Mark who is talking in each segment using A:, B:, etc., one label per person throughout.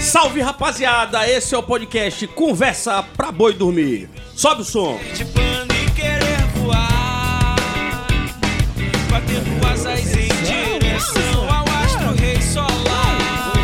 A: Salve, rapaziada! Esse é o podcast Conversa pra Boi Dormir. Sobe o som!
B: de pano e querer voar. Batendo asas em direção ao astro rei solar.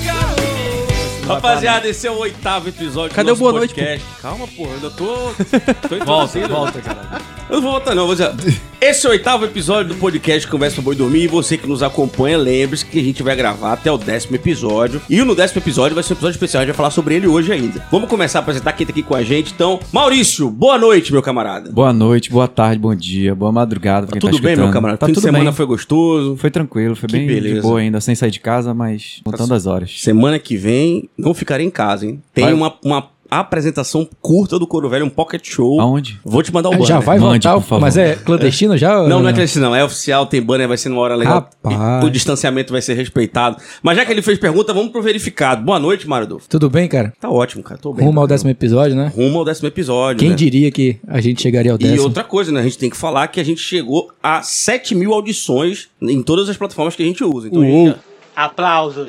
B: Ícaro,
A: Rapaziada, esse é o oitavo episódio
C: Cadê
A: do nosso
C: o boa noite,
A: podcast. Calma, porra, ainda tô. tô volta, volta, cara. Eu não vou voltar, não. Vou dizer. Esse é o oitavo episódio do podcast Conversa Boi Dormir. E você que nos acompanha, lembre-se que a gente vai gravar até o décimo episódio. E no décimo episódio vai ser um episódio especial. A gente vai falar sobre ele hoje ainda. Vamos começar a apresentar quem tá aqui com a gente. Então, Maurício, boa noite, meu camarada.
C: Boa noite, boa tarde, bom dia, boa madrugada. pra quem
A: Tudo
C: tá
A: bem,
C: escutando.
A: meu camarada?
C: Tá
A: Fim de
C: tudo
A: semana
C: bem.
A: foi gostoso.
C: Foi tranquilo, foi
A: Que
C: bem
A: beleza. Tá
C: de boa ainda, sem sair de casa, mas contando as horas.
A: Semana que vem, não ficarei em casa, hein? Tem
C: Vai.
A: uma, uma apresentação curta do Coro Velho, um pocket show.
C: Aonde?
A: Vou te mandar o banner.
D: Ah, Já vai
C: Mande,
D: voltar,
C: por favor.
D: mas é clandestino já?
A: Não, não é clandestino, não. É oficial, tem banner, vai ser numa hora legal.
D: Rapaz.
A: E O distanciamento vai ser respeitado. Mas já que ele fez pergunta, vamos pro verificado. Boa noite, Mário Adolfo.
D: Tudo bem, cara?
A: Tá ótimo, cara. Tô bem.
D: Rumo ao décimo episódio, né?
A: Rumo ao décimo episódio.
D: Quem
A: né?
D: diria que a gente chegaria ao
A: E
D: décimo?
A: outra coisa, né? A gente tem que falar que a gente chegou a 7 mil audições em todas as plataformas que a gente usa. Então, a gente-
E: Aplausos.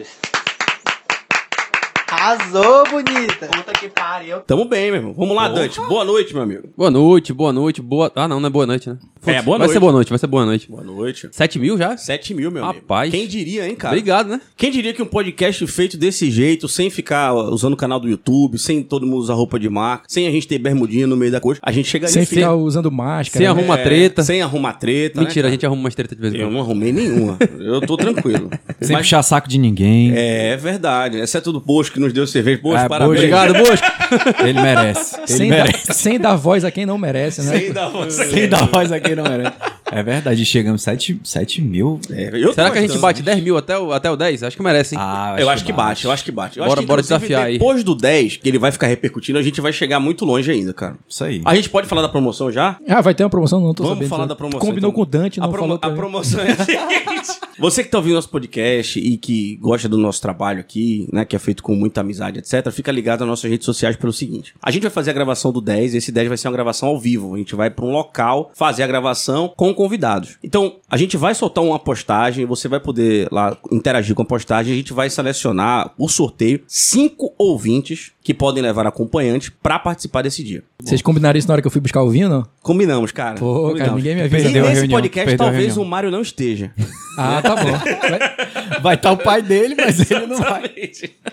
E: Arrasou, bonita. Puta que pariu.
A: tamo bem, meu irmão. Vamos lá, Dante. Boa noite, meu amigo.
F: Boa noite, boa noite, boa. Ah, não, não é boa noite, né?
A: É, boa
F: Vai
A: noite.
F: ser boa noite, vai ser boa noite.
A: Boa noite.
F: 7 mil já?
A: 7 mil, meu
F: Rapaz.
A: amigo. Quem diria, hein, cara?
F: Obrigado, né?
A: Quem diria que um podcast feito desse jeito, sem ficar ó, usando o canal do YouTube, sem todo mundo usar roupa de marca, sem a gente ter bermudinha no meio da coxa, a gente chegaria
D: Sem
A: em-
D: ficar usando máscara. né?
F: Sem arrumar
A: É,
F: treta.
A: Sem arrumar treta.
F: Mentira, a
A: né,
F: gente arruma umas treta de vez em
A: cara? Eu
F: quando.
A: não arrumei nenhuma. Eu tô tranquilo.
C: Sem
A: Mas-
C: puxar saco de ninguém.
A: É verdade, exceto do Bosco que nos deu cerveja. Bosco,
C: Ah,
A: parabéns.
C: Obrigado, Bosco. Ele merece. Ele
D: Sem, dar,
C: merece.
D: sem dar voz a quem não merece, né?
A: Sem dar você.
C: Sem dar voz aqui não merece. É verdade, chegamos 7, sete mil.
A: É, eu tô
F: Será que a gente
A: gostando.
F: bate 10 mil até o, até o 10? Acho que merece, hein?
C: Ah,
A: Eu acho que bate, eu acho que bate. Eu
F: Bora-
A: acho que,
F: bora
A: inclusive,
F: desafiar aí.
A: Depois do 10, que ele vai ficar repercutindo, a gente vai chegar muito longe ainda, cara.
C: Isso aí.
A: A gente pode falar da promoção já?
D: Ah, vai ter uma promoção? Não tô
A: Vamos
D: sabendo.
A: falar
D: disso.
A: da promoção.
D: Combinou
A: então.
D: com o Dante, não
A: a promo-
D: falou pra
A: A
D: mim.
A: promoção é a seguinte. Você que tá ouvindo nosso podcast e que gosta do nosso trabalho aqui, né, que é feito com muita amizade, etc, fica ligado nas nossas redes sociais pelo seguinte. A gente vai fazer a gravação do 10, esse 10 vai ser uma gravação ao vivo. A gente vai pra um local fazer a gravação com convidados. Então, a gente vai soltar uma postagem, você vai poder lá interagir com a postagem, a gente vai selecionar o sorteio cinco ouvintes que podem levar acompanhante pra participar desse dia.
D: Vocês combinaram isso na hora que eu fui buscar o vinho, não?
A: Combinamos, cara.
D: Pô, cara,
A: Combinamos.
D: ninguém me
A: E
D: avisa.
A: nesse
C: Perdeu a reunião,
A: podcast,
C: perdeu a
A: talvez
C: reunião.
A: o Mário não esteja.
D: Ah, tá bom.
C: Vai
A: tá
C: estar o pai dele, mas ele não vai.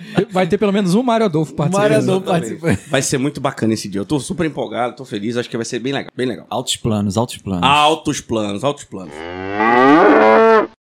D: Vai, vai ter pelo menos um Mário Adolfo
C: O
D: participando.
C: Maradão participando.
A: Vai ser muito bacana esse dia. Eu tô super empolgado, tô feliz, acho que vai ser bem legal, bem legal.
C: Altos planos, altos planos.
A: Altos planos, altos planos.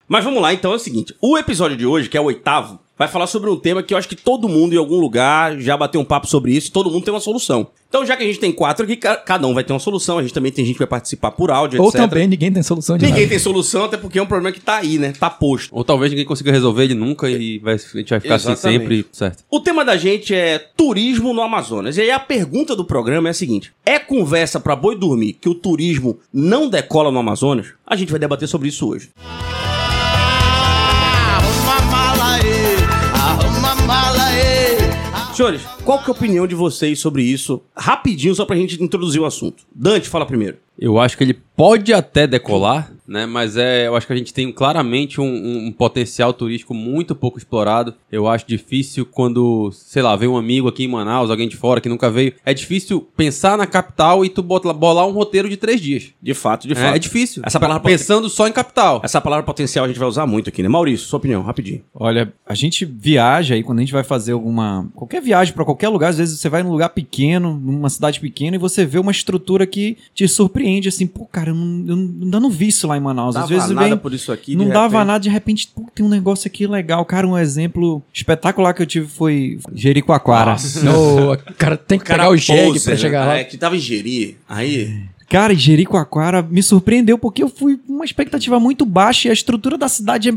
A: Mas vamos lá, então é o seguinte: o episódio de hoje, que é o oitavo, vai falar sobre um tema que eu acho que todo mundo em algum lugar já bateu um papo sobre isso, todo mundo tem uma solução. Então, já que a gente tem quatro aqui, ca- cada um vai ter uma solução, a gente também tem gente que vai participar por áudio,
D: Ou
A: etc.
D: também né? ninguém tem solução de
A: Ninguém
D: nada.
A: tem solução, até porque é um problema que tá aí, né? Tá posto.
F: Ou talvez ninguém consiga resolver ele nunca e vai- a gente vai ficar assim
A: Exatamente.
F: sempre, certo?
A: O tema da gente é turismo no Amazonas. E aí a pergunta do programa é a seguinte: é conversa pra boi dormir que o turismo não decola no Amazonas? A gente vai debater sobre isso hoje.
B: Arruma a mala aí, arruma a mala aí.
A: Senhores, qual que é a opinião de vocês sobre isso? Rapidinho, só pra gente introduzir o assunto. Dante, fala primeiro.
F: Eu acho que ele pode até decolar, né? Mas é, eu acho que a gente tem claramente um, um- um potencial turístico muito pouco explorado. Eu acho difícil quando, sei lá, vem um amigo aqui em Manaus, alguém de fora que nunca veio. É difícil pensar na capital e tu bota, bolar um roteiro de três dias.
A: De fato, de
F: É,
A: fato.
F: é difícil.
A: Essa palavra pode-
F: pensando só em capital.
A: Essa palavra potencial a gente vai usar muito aqui, né? Maurício, sua opinião, rapidinho.
C: Olha, a gente viaja aí quando a gente vai fazer alguma. qualquer viagem pra qualquer lugar, às vezes você vai num lugar pequeno, numa cidade pequena, e você vê uma estrutura que te surpreende, assim, pô, cara, eu, não- eu não- ainda não vi isso lá em Manaus. às vezes
A: nada
C: vem.
A: por isso aqui.
C: não
A: de
C: dava
A: repente.
C: nada, de repente, pô, tem um negócio aqui legal. Cara, um exemplo espetacular que eu tive foi Jericoacoara.
D: Não, cara, tem que pegar o jegue
A: poser,
D: pra
A: né?
D: chegar lá.
A: É, que tava em Jeri. Aí.
C: Cara, Jericoacoara me surpreendeu porque eu fui com uma expectativa muito baixa e a estrutura da cidade é,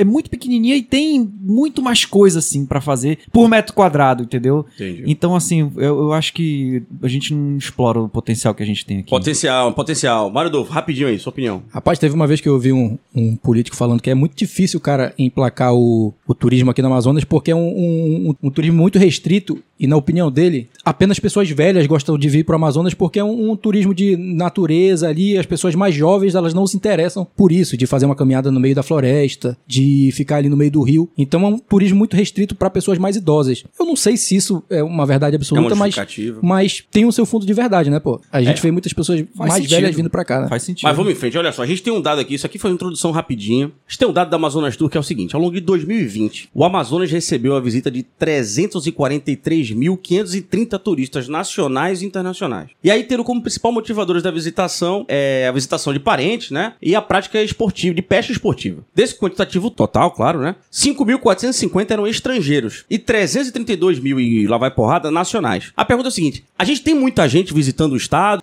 C: é muito pequenininha e tem muito mais coisa, assim, pra fazer por metro quadrado, entendeu?
A: Entendi.
C: Então, assim, eu, eu acho que a gente não explora o potencial que a gente tem aqui.
A: Potencial, potencial. Mário Dolfo, rapidinho aí, sua opinião.
D: Rapaz, teve uma vez que eu ouvi um, um político falando que é muito difícil, cara, emplacar o, o turismo aqui no Amazonas, porque é um, um- um- um turismo muito restrito e e na opinião dele, apenas pessoas velhas gostam de vir para o Amazonas porque é um, um turismo de natureza ali, as pessoas mais jovens, elas não se interessam por isso, de fazer uma caminhada no meio da floresta, de ficar ali no meio do rio. Então é um turismo muito restrito para pessoas mais idosas. Eu não sei se isso é uma verdade absoluta,
C: um
D: mas
A: justificativa.
D: mas tem o seu fundo de verdade, né, pô? A gente vê muitas pessoas
C: É. Faz
D: mais
C: sentido.
D: velhas vindo pra cá, né?
C: Faz sentido.
A: Mas vamos em frente, olha só, a gente tem um dado aqui, isso aqui foi uma introdução rapidinha. A gente tem um dado da Amazonas Tour que é o seguinte, ao longo de 2020, o Amazonas recebeu a visita de 343.530 turistas nacionais e internacionais. E aí tendo como principal motivadores da visitação é a visitação de parentes, né, e a prática esportiva, de pesca esportiva. Desse quantitativo total, claro, né, 5.450 eram estrangeiros e 332 mil e lá vai porrada nacionais. A pergunta é a seguinte, a gente tem muita gente visitando o estado,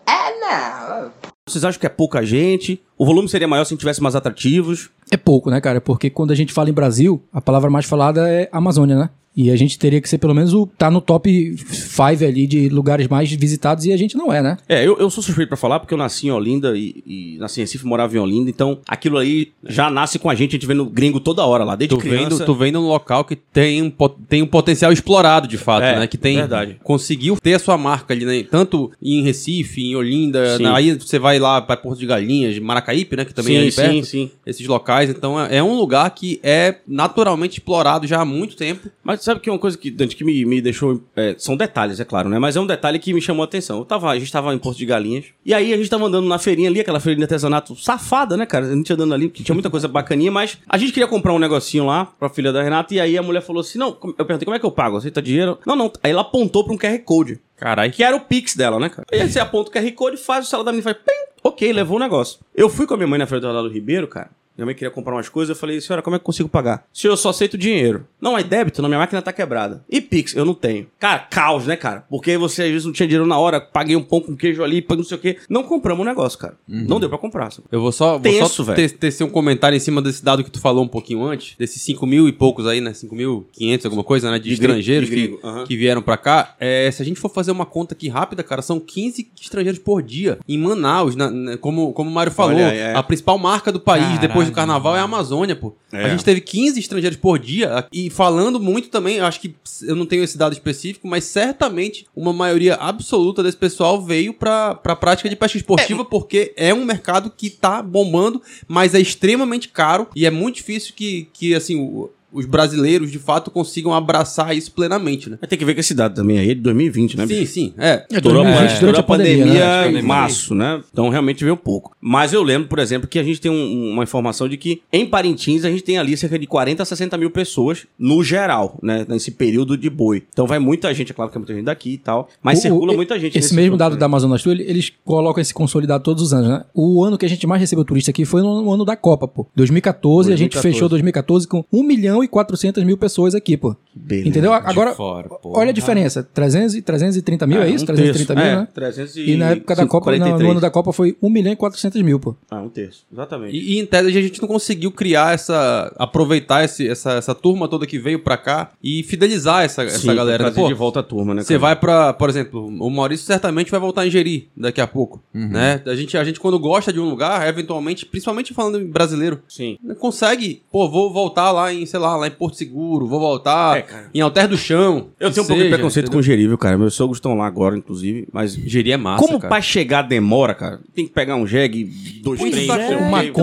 A: vocês acham que é pouca gente? O volume seria maior se a gente tivesse mais atrativos?
D: É pouco, né, cara? Porque quando a gente fala em Brasil, a palavra mais falada é Amazônia, né? E a gente teria que ser pelo menos o tá no top 5 ali de lugares mais visitados e a gente não é, né?
A: É, eu, eu sou suspeito pra falar porque eu nasci em Olinda e, e nasci em Recife, morava em Olinda, então aquilo aí já nasce com a gente, a gente vendo gringo toda hora lá, desde
F: Tu vem,
A: criança.
F: do- tu vem num local que tem um, pot- tem um potencial explorado, de fato,
A: É,
F: né? Que tem,
A: verdade.
F: conseguiu ter a sua marca ali, né? Tanto em Recife, em Olinda,
A: Sim.
F: na- aí você vai lá para Porto de Galinhas, Maracaípe, né? Que também é ali
A: sim,
F: perto.
A: sim, sim.
F: Esses locais, então é é um lugar que é naturalmente explorado já há muito tempo.
A: Mas sabe que é uma coisa que, Dante, que me, me deixou. é, são detalhes, é claro, né? Mas é um detalhe que me chamou a atenção. Eu tava, a gente tava em Porto de Galinhas. E aí a gente tava andando na feirinha ali, aquela feirinha de artesanato safada, né, cara? A gente andando ali, que tinha muita coisa bacaninha, mas a gente queria comprar um negocinho lá pra filha da Renata. E aí a mulher falou assim: não, como- eu perguntei, como é que eu pago? Aceita dinheiro? Não, não. Aí ela apontou pra um QR Code.
F: Caralho.
A: Que era o Pix dela, né, cara? E aí você aponta o QR Code, faz o celular da menina e faz. Pim, ok, levou o negócio. Eu fui com a minha mãe na frente do Arnaldo Ribeiro, cara. Minha mãe queria comprar umas coisas, eu falei, senhora, como é que eu consigo pagar? Senhor, eu só aceito dinheiro. Não, é débito, não, minha máquina tá quebrada. E Pix, eu não tenho. Cara, caos, né, cara? Porque você às vezes não tinha dinheiro na hora, paguei um pão com queijo ali, paguei não sei o quê. Não compramos o negócio, cara. Não deu pra comprar. sabe?
F: Eu vou só, vou
A: Tenso,
F: só
A: velho.
F: te- tecer um comentário em cima desse dado que tu falou um pouquinho antes, desses 5 mil e poucos aí, né? 5.500, alguma coisa, né? De,
A: De gri-
F: estrangeiros
A: de
F: que-
A: gringo,
F: que,
A: aham.
F: vieram pra cá. É, se a gente for fazer uma conta aqui rápida, cara, são 15 estrangeiros por dia em Manaus, na- na- como, como o Mário falou.
A: Olha aí, é.
F: A principal marca do país depois do
C: Caralho.
F: carnaval é a Amazônia, pô.
A: É.
F: A gente teve 15 estrangeiros por dia e falando muito também, eu acho que eu não tenho esse dado específico, mas certamente uma maioria absoluta desse pessoal veio pra, pra prática de pesca esportiva porque é um mercado que tá bombando, mas é extremamente caro e é muito difícil que, que assim, o- os brasileiros de fato consigam abraçar isso plenamente, né?
A: Mas tem que ver com esse dado também aí, é de 2020, né,
F: Sim, sim, é.
D: É
A: Estourou a, pan-
D: 2020
A: estourou a pandemia,
D: né?
A: em março, né? Então realmente veio pouco. Mas eu lembro, por exemplo, que a gente tem um- uma informação de que em Parintins a gente tem ali cerca de 40 a 60 mil pessoas no geral, né? Nesse período de boi. Então vai muita gente, é claro que é muita gente daqui e tal, mas
D: O-
A: circula
D: o-
A: muita gente.
D: Esse
A: nesse
D: mesmo
A: ponto,
D: dado
A: né?
D: da Amazonas Tour, ele- eles colocam esse consolidado todos os anos, né? O ano que a gente mais recebeu turista aqui foi no, no ano da Copa, pô. 2014, a gente
F: 2014.
D: fechou 2014 com 1 milhão e 400 mil pessoas aqui, pô.
A: Beleza.
D: Entendeu?
C: De
D: Agora,
C: fora, porra.
D: olha a diferença. 300 e 330 mil, é, isso?
A: um
D: 330
A: terço.
D: mil,
A: É,
D: né?
A: 300
D: E na época da Copa, na- no ano da Copa foi 1 milhão e 400 mil, pô.
A: Ah, um terço, exatamente.
F: E, e em tese a gente não conseguiu criar essa. aproveitar esse- essa, essa turma toda que veio pra cá e fidelizar essa, essa
A: Sim,
F: galera.
A: trazer
F: Pô,
A: de volta a turma, né?
F: Você vai pra, por exemplo, o Maurício certamente vai voltar a ingerir daqui a pouco,
A: Uhum.
F: né? A gente, a gente quando gosta de um lugar, eventualmente, principalmente falando em brasileiro,
A: Sim.
F: consegue, pô, vou voltar lá em, sei lá, lá em Porto Seguro, vou voltar
A: É, cara.
F: em Alter do Chão.
A: Eu
F: que
A: tenho um pouco de
F: seja,
A: preconceito com
F: entendeu?
A: o gerível, cara. Meus sogros estão lá agora, inclusive, mas
F: Ingerir é massa,
A: Como
F: cara.
A: pra chegar demora, cara? Tem que pegar um jegue, dois,
C: Pois
A: três,
C: é, então,
A: não sei o quê,
D: uma
A: tem um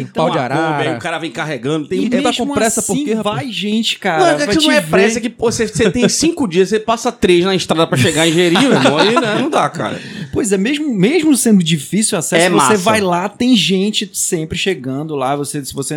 D: Kombi,
A: par-
D: pau
A: uma
D: de arara.
A: Kombi, aí o cara vem carregando,
C: E
A: tem...
F: tá
C: mesmo
F: com pressa por
C: assim,
F: quê, rapaz?
C: vai gente, cara. vai te ver.
A: é que pô, você, você tem cinco dias, você passa três na estrada pra chegar em Jeri, meu irmão, aí né, não dá, cara.
C: Pois é, mesmo, mesmo sendo difícil o acesso,
A: É
C: você
A: massa.
C: vai lá, tem gente sempre chegando lá. Você, se você.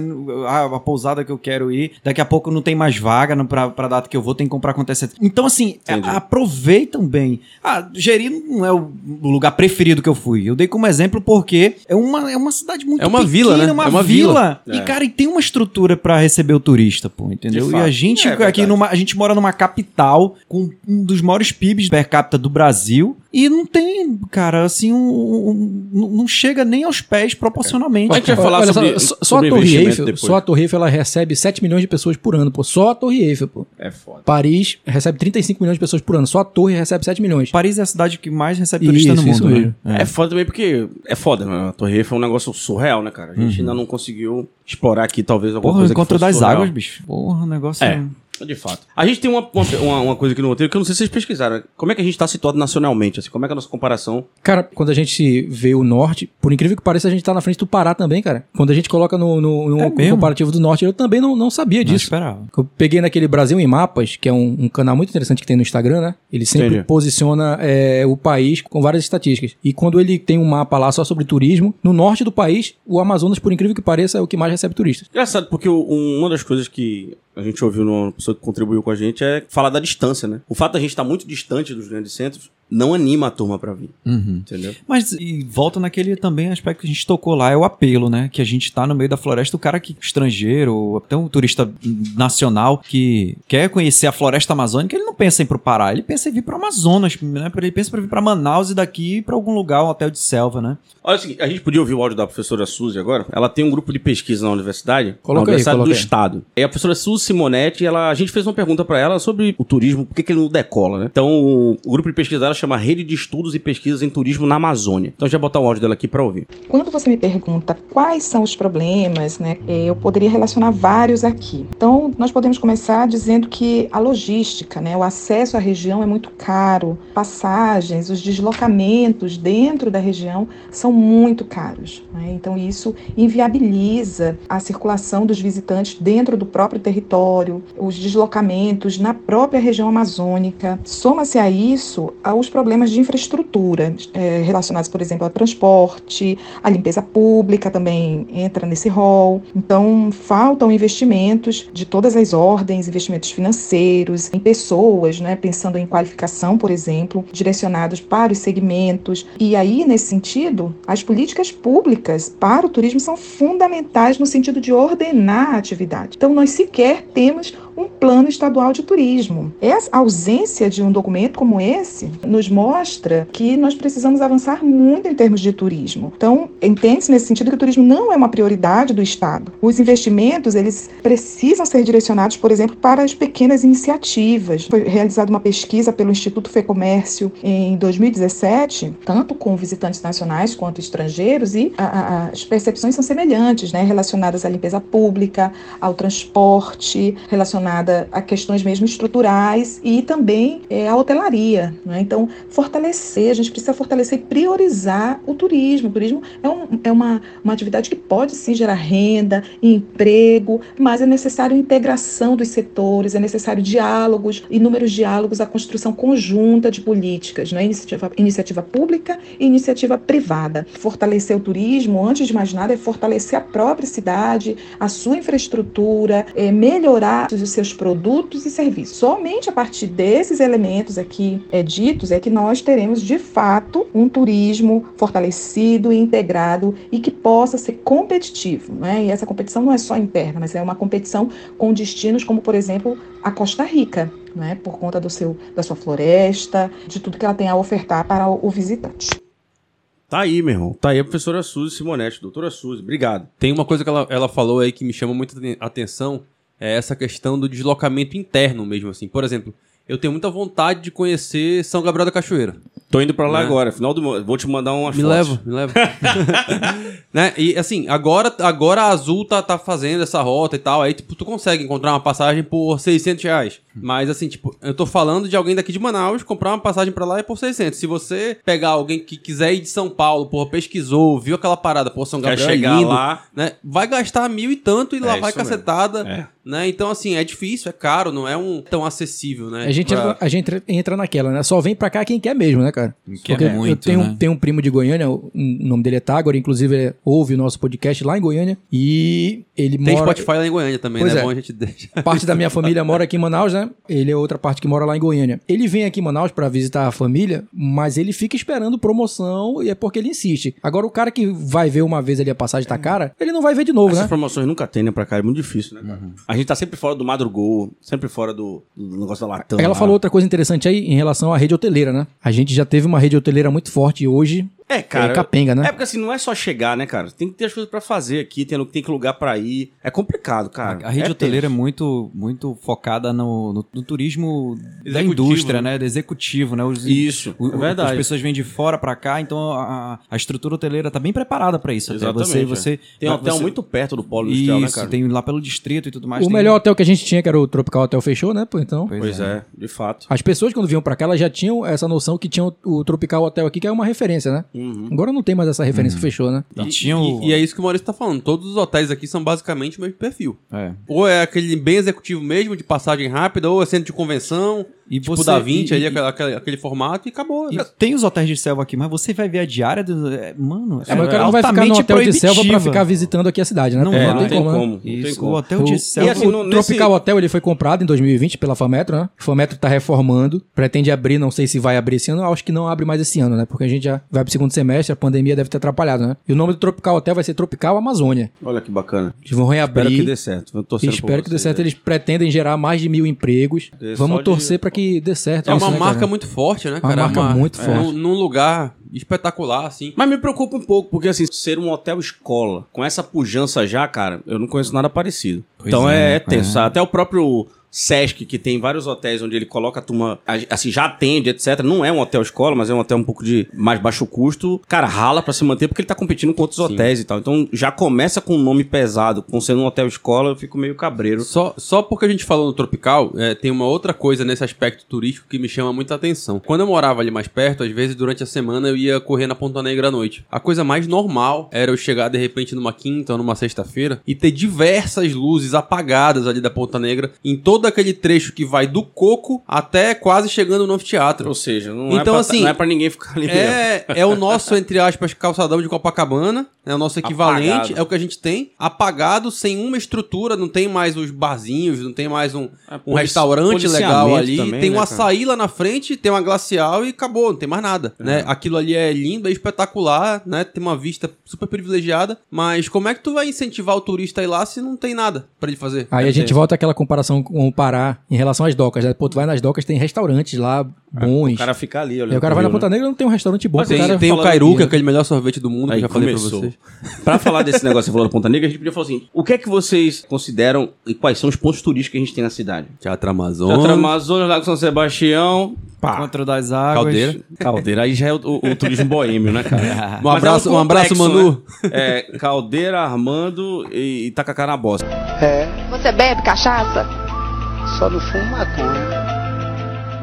C: Ah, a pousada que eu quero ir, daqui a pouco não tem mais vaga no, pra, pra data que eu vou, tem que comprar com antecedência. Então, assim,
A: Entendi.
C: a- aproveitam bem. Ah, Jeri não é o o lugar preferido que eu fui. Eu dei como exemplo porque é uma, é uma cidade muito
F: É uma
C: pequena,
F: vila, né?
C: uma
F: É uma
C: vila.
A: vila.
C: E,
A: É.
C: cara, e tem uma estrutura pra receber o turista, pô, entendeu?
A: De
C: E a
A: fato.
C: gente
A: É
C: aqui
A: verdade.
C: numa, a gente mora numa capital com um dos maiores PIBs per capita do Brasil e não tem, cara, assim, um, um- um- não chega nem aos pés proporcionalmente.
A: Mas a gente vai
D: Olha,
A: falar
D: olha
A: sobre-
D: só, só
A: sobre
D: a Torre
A: investimento
D: Eiffel,
A: depois.
D: só a Torre Eiffel ela recebe 7 milhões de pessoas por ano, pô. Só a Torre Eiffel, pô.
A: É foda.
D: Paris recebe 35 milhões de pessoas por ano, só a Torre recebe 7 milhões.
C: Paris é a cidade que mais recebe turista
D: Isso,
C: no
D: isso
C: mundo. né?
D: mesmo.
A: É. foda também porque é foda, né? A Torre foi um negócio surreal, né, cara? A gente ainda não conseguiu explorar aqui, talvez, alguma
C: Porra, o
A: coisa. que
C: encontro
A: fosse
C: das
A: surreal.
C: águas, bicho. Porra, o negócio
A: É. De fato. A gente tem uma, uma, uma coisa aqui no roteiro que eu não sei se vocês pesquisaram. Como é que a gente tá situado nacionalmente? Assim, como é que é a nossa comparação?
D: Cara, quando a gente vê o norte, por incrível que pareça, a gente tá na frente do Pará também, cara. Quando a gente coloca no, no- no
C: É mesmo?
D: comparativo do norte, eu também não, não sabia
C: Não
D: disso.
C: esperava.
D: Eu peguei naquele Brasil em Mapas, que é um, um canal muito interessante que tem no Instagram, né? Ele sempre
A: Entendi.
D: posiciona é, o país com várias estatísticas. E quando ele tem um mapa lá só sobre turismo, no norte do país, o Amazonas, por incrível que pareça, é o que mais recebe turistas.
A: Engraçado, porque o- um- uma das coisas que a gente ouviu numa pessoa que contribuiu com a gente é falar da distância, né? O fato da gente estar muito distante dos grandes centros não anima a turma pra vir,
C: Uhum.
A: entendeu?
C: Mas e volta naquele também aspecto que a gente tocou lá, é o apelo, né? Que a gente tá no meio da floresta, o cara que estrangeiro, ou até um turista nacional que quer conhecer a floresta amazônica, ele não pensa em ir pro Pará, ele pensa em vir pro Amazonas, né? Ele pensa pra vir pra Manaus e daqui pra algum lugar, um hotel de selva, né?
A: Olha é o seguinte, a gente podia ouvir o áudio da professora Suzy agora? Ela tem um grupo de pesquisa na universidade,
D: Coloca
A: na
D: aí,
A: Universidade
D: coloca
A: do
D: aí.
A: Estado. E a professora Suzy Simonetti, ela, a gente fez uma pergunta pra ela sobre o turismo, por que, que ele não decola, né? Então, o, o grupo de pesquisa dela chama Rede de Estudos e Pesquisas em Turismo na Amazônia. Então, já botar o áudio dela aqui pra ouvir.
G: Quando você me pergunta quais são os problemas, né, eh, eu poderia relacionar vários aqui. Então, nós podemos começar dizendo que a logística, né, o acesso à região é muito caro, passagens, os deslocamentos dentro da região são muito caros. né? Então, isso inviabiliza a circulação dos visitantes dentro do próprio território, os deslocamentos na própria região amazônica. Soma-se a isso aos problemas de infraestrutura, eh, relacionados, por exemplo, ao transporte, a limpeza pública também entra nesse rol. Então, faltam investimentos de todas as ordens, investimentos financeiros, em pessoas, né, pensando em qualificação, por exemplo, direcionados para os segmentos. E aí, nesse sentido, as políticas públicas para o turismo são fundamentais no sentido de ordenar a atividade. Então, nós sequer temos um plano estadual de turismo. Essa a ausência de um documento como esse nos mostra que nós precisamos avançar muito em termos de turismo. Então, entende-se nesse sentido que o turismo não é uma prioridade do Estado. Os investimentos, eles precisam ser direcionados, por exemplo, para as pequenas iniciativas. Foi realizada uma pesquisa pelo Instituto Fecomércio em 2017, tanto com visitantes nacionais quanto estrangeiros, e a- a- as percepções são semelhantes, né, relacionadas à limpeza pública, ao transporte, relacionada a questões mesmo estruturais e também é, a hotelaria. né? Então, fortalecer, a gente precisa fortalecer e priorizar o turismo. O turismo é, um- é uma, uma atividade que pode sim gerar renda, emprego, mas é necessário integração dos setores, é necessário diálogos, inúmeros diálogos, a construção conjunta de políticas, né? iniciativa, iniciativa pública e iniciativa privada. Fortalecer o turismo, antes de mais nada, é fortalecer a própria cidade, a sua infraestrutura, eh, melhorar os seus produtos e serviços. Somente a partir desses elementos aqui eh, ditos é que nós teremos de fato um turismo fortalecido e integrado e que possa ser competitivo. Né? E essa competição não é só interna, mas é uma competição com destinos como, por exemplo, a Costa Rica. Né, por conta do seu, da sua floresta, de tudo que ela tem a ofertar para o o visitante.
A: Tá aí, meu irmão. Tá aí a professora Suzy Simonetti, doutora Suzy. Obrigado.
F: Tem uma coisa que ela, ela falou aí que me chama muito aten- atenção, é essa questão do deslocamento interno mesmo, assim. Por exemplo, eu tenho muita vontade de conhecer São Gabriel da Cachoeira.
A: Tô indo pra lá
F: Né?
A: agora, final do mo- Vou te mandar uma
F: me leva, me leva. né? E assim, agora, agora a Azul tá, tá fazendo essa rota e tal, aí tipo, tu consegue encontrar uma passagem por 600 reais.
A: Hum.
F: Mas assim, tipo, eu tô falando de alguém daqui de Manaus, comprar uma passagem pra lá é por 600. Se você pegar alguém que quiser ir de São Paulo, porra, pesquisou, viu aquela parada, pô, São
A: Quer
F: Gabriel é
A: chegar
F: lindo,
A: lá.
F: né? Vai gastar mil e tanto e lá
A: É
F: vai
A: isso mesmo.
F: cacetada,
A: É.
F: né? Então, assim, é difícil, é caro, não é um tão acessível, né?
D: A gente, é
F: Pra-
D: entra, a gente entra naquela, né? Só vem pra cá quem quer mesmo, né, cara?
C: Que é
D: Porque eu
C: muito,
D: tenho,
C: né?
D: tenho um primo de Goiânia, o o nome dele é Tagore, inclusive ele ouve o nosso podcast lá em Goiânia. E ele
F: Tem
D: mora.
F: Spotify lá em Goiânia também,
D: Pois
F: né?
D: é.
F: Bom, a gente deixa.
D: Parte da minha família mora aqui em Manaus, né? Ele é outra parte que mora lá em Goiânia. Ele vem aqui em Manaus pra visitar a família, mas ele fica esperando promoção e é porque ele insiste. Agora, o cara que vai ver uma vez ali a passagem tá cara, ele não vai ver de
F: Uhum.
D: novo,
A: Essas
D: né?
A: informações nunca tem, né, pra cá? É muito difícil, né, cara? A gente tá sempre fora do madrugou, sempre fora do, do negócio da latão.
D: Ela
A: lá.
D: falou outra coisa interessante aí em relação à rede hoteleira, né? A gente já teve uma rede hoteleira muito forte e hoje
A: É, cara.
D: É capenga, né?
A: É porque assim, não é só chegar, né, cara? Tem que ter as coisas pra fazer aqui, tem, tem que lugar pra ir. É complicado, cara.
C: A rede
A: é
C: hoteleira é
A: tenso.
C: muito, muito focada no, no- no turismo da
F: Executivo,
C: indústria, né? Do executivo, né? Os,
A: Isso,
C: o-
A: é
C: o-
A: verdade.
C: As pessoas vêm de fora pra cá, então a, a- a estrutura hoteleira tá bem preparada pra isso. até.
A: Exatamente,
C: Você,
A: é.
C: você, né,
A: Tem hotel
C: você-
A: muito perto do polo industrial, né,
C: Isso,
A: cara?
C: tem lá pelo distrito e tudo mais.
D: o
C: tem-
D: melhor hotel que a gente tinha, que era o Tropical Hotel, fechou, né? Pô, então.
C: Pois
A: Pois é, de fato.
D: As pessoas, quando vinham pra cá, elas já tinham essa noção que tinha o, o Tropical Hotel aqui, que é uma referência, né?
A: Uhum.
D: Agora não tem mais essa referência, fechou, né?
C: E tinha um
A: um-
C: o-
F: E, e é isso que o Maurício tá falando. Todos os hotéis aqui são basicamente o mesmo perfil.
C: É.
F: Ou é aquele bem executivo mesmo, de passagem rápida, ou é centro de convenção,
C: E
F: tipo
C: você-
F: da 20
C: e-
F: ali,
C: e-
F: aquela- aquele, aquele formato, e acabou. né?
C: e Tem os hotéis de selva aqui, mas você vai ver a diária do. é, Mano,
D: É, mas o cara não vai ficar no
C: altamente
D: hotel de selva pra
C: proibitiva.
D: ficar visitando aqui a cidade, né?
C: Não,
D: Pô,
C: é,
A: não, tem como. Não tem
C: Isso, o
A: como.
C: hotel de
D: O,
C: selva.
A: E assim, no-
D: o
A: nesse-
D: Tropical Hotel ele foi comprado em 2020 pela Fametro, né? A Fametro tá reformando, pretende abrir, não sei se vai abrir esse ano, acho que não abre mais esse ano, né? Porque a gente já vai pro segundo semestre, a pandemia deve ter atrapalhado, né? E o nome do Tropical Hotel vai ser Tropical Amazônia.
A: Olha que bacana.
D: Eles vão reabrir.
A: Espero que dê certo. Vou torcendo por
D: Espero que dê
A: vocês,
D: certo.
A: é.
D: Eles pretendem gerar mais de mil empregos.
A: É, só
D: Vamos
A: de-
D: torcer pra que dê certo.
F: É
D: isso,
F: uma
D: né,
F: marca
D: cara?
F: muito forte, né,
D: Uma
F: cara?
D: marca muito
F: é,
D: forte.
F: Num, num lugar espetacular, assim.
A: Mas me preocupa um pouco, porque assim, ser um hotel escola, com essa pujança já, cara, eu não conheço nada parecido.
C: Pois
A: então
C: é,
A: é,
C: né?
A: é tenso.
C: É.
A: Até o próprio Sesc, que tem vários hotéis onde ele coloca a turma, a- assim, já atende, etc. Não é um hotel escola, mas é um hotel um pouco de mais baixo custo. Cara, rala pra se manter, porque ele tá competindo com outros hotéis e tal. Então já começa com um nome pesado, com sendo um hotel escola, eu fico meio cabreiro.
F: Só, só porque a gente falou no Tropical, é, tem uma outra coisa nesse aspecto turístico que me chama muita atenção. Quando eu morava ali mais perto, às vezes durante a semana eu ia correr na Ponta Negra à noite. A coisa mais normal era eu chegar de repente numa quinta ou numa sexta-feira e ter diversas luzes apagadas ali da Ponta Negra em todo aquele trecho que vai do Coco até quase chegando no anfiteatro.
A: Ou seja, não, é,
F: Então,
A: pra,
F: assim,
A: não é pra ninguém ficar ali né? mesmo.
F: É, é o nosso, entre aspas, calçadão de Copacabana, é o nosso equivalente,
A: Apagado.
F: é o que a gente tem, apagado, sem uma estrutura, não tem mais os barzinhos, não tem mais um,
A: É,
F: um
A: polici-
F: restaurante legal
A: policiamento
F: ali,
A: também,
F: tem
A: né,
F: um
A: cara?
F: açaí lá na frente, tem uma glacial e acabou, não tem mais nada, né? Aquilo ali é lindo, é espetacular, né? Tem uma vista super privilegiada, mas como é que tu vai incentivar o turista a ir lá se não tem nada pra ele fazer?
A: Ah,
D: Aí a
F: Não
D: gente
F: tem.
D: volta àquela comparação com o Pará em relação às docas, né? Pô, tu vai nas docas, tem restaurantes lá bons.
A: Ah, O cara fica ali, olha.
D: E o cara vai na Ponta Negra não tem um restaurante bom.
A: Mas
D: pro
A: tem-
D: cara
F: Tem o
A: falando
F: Cairu,
A: aqui,
F: que é
A: né?
F: aquele melhor sorvete do mundo, que eu
A: Aí
F: já falei pra
A: começou.
F: vocês.
A: Pra falar desse negócio que você falou da Ponta Negra, a gente podia falar assim: o que é que vocês consideram e quais são os pontos turísticos que a gente tem na cidade?
F: Teatro Amazonas,
A: Teatro Amazonas, Lago São Sebastião, pá.
C: Contra das águas.
F: Caldeira.
A: Caldeira, aí já é o, o- o turismo boêmio, né, cara?
F: Um abraço- um abraço, Manu.
A: né? É, Caldeira, Armando e, e Tacacá na bosta.
H: Você bebe cachaça?
E: Só não fumo maconha.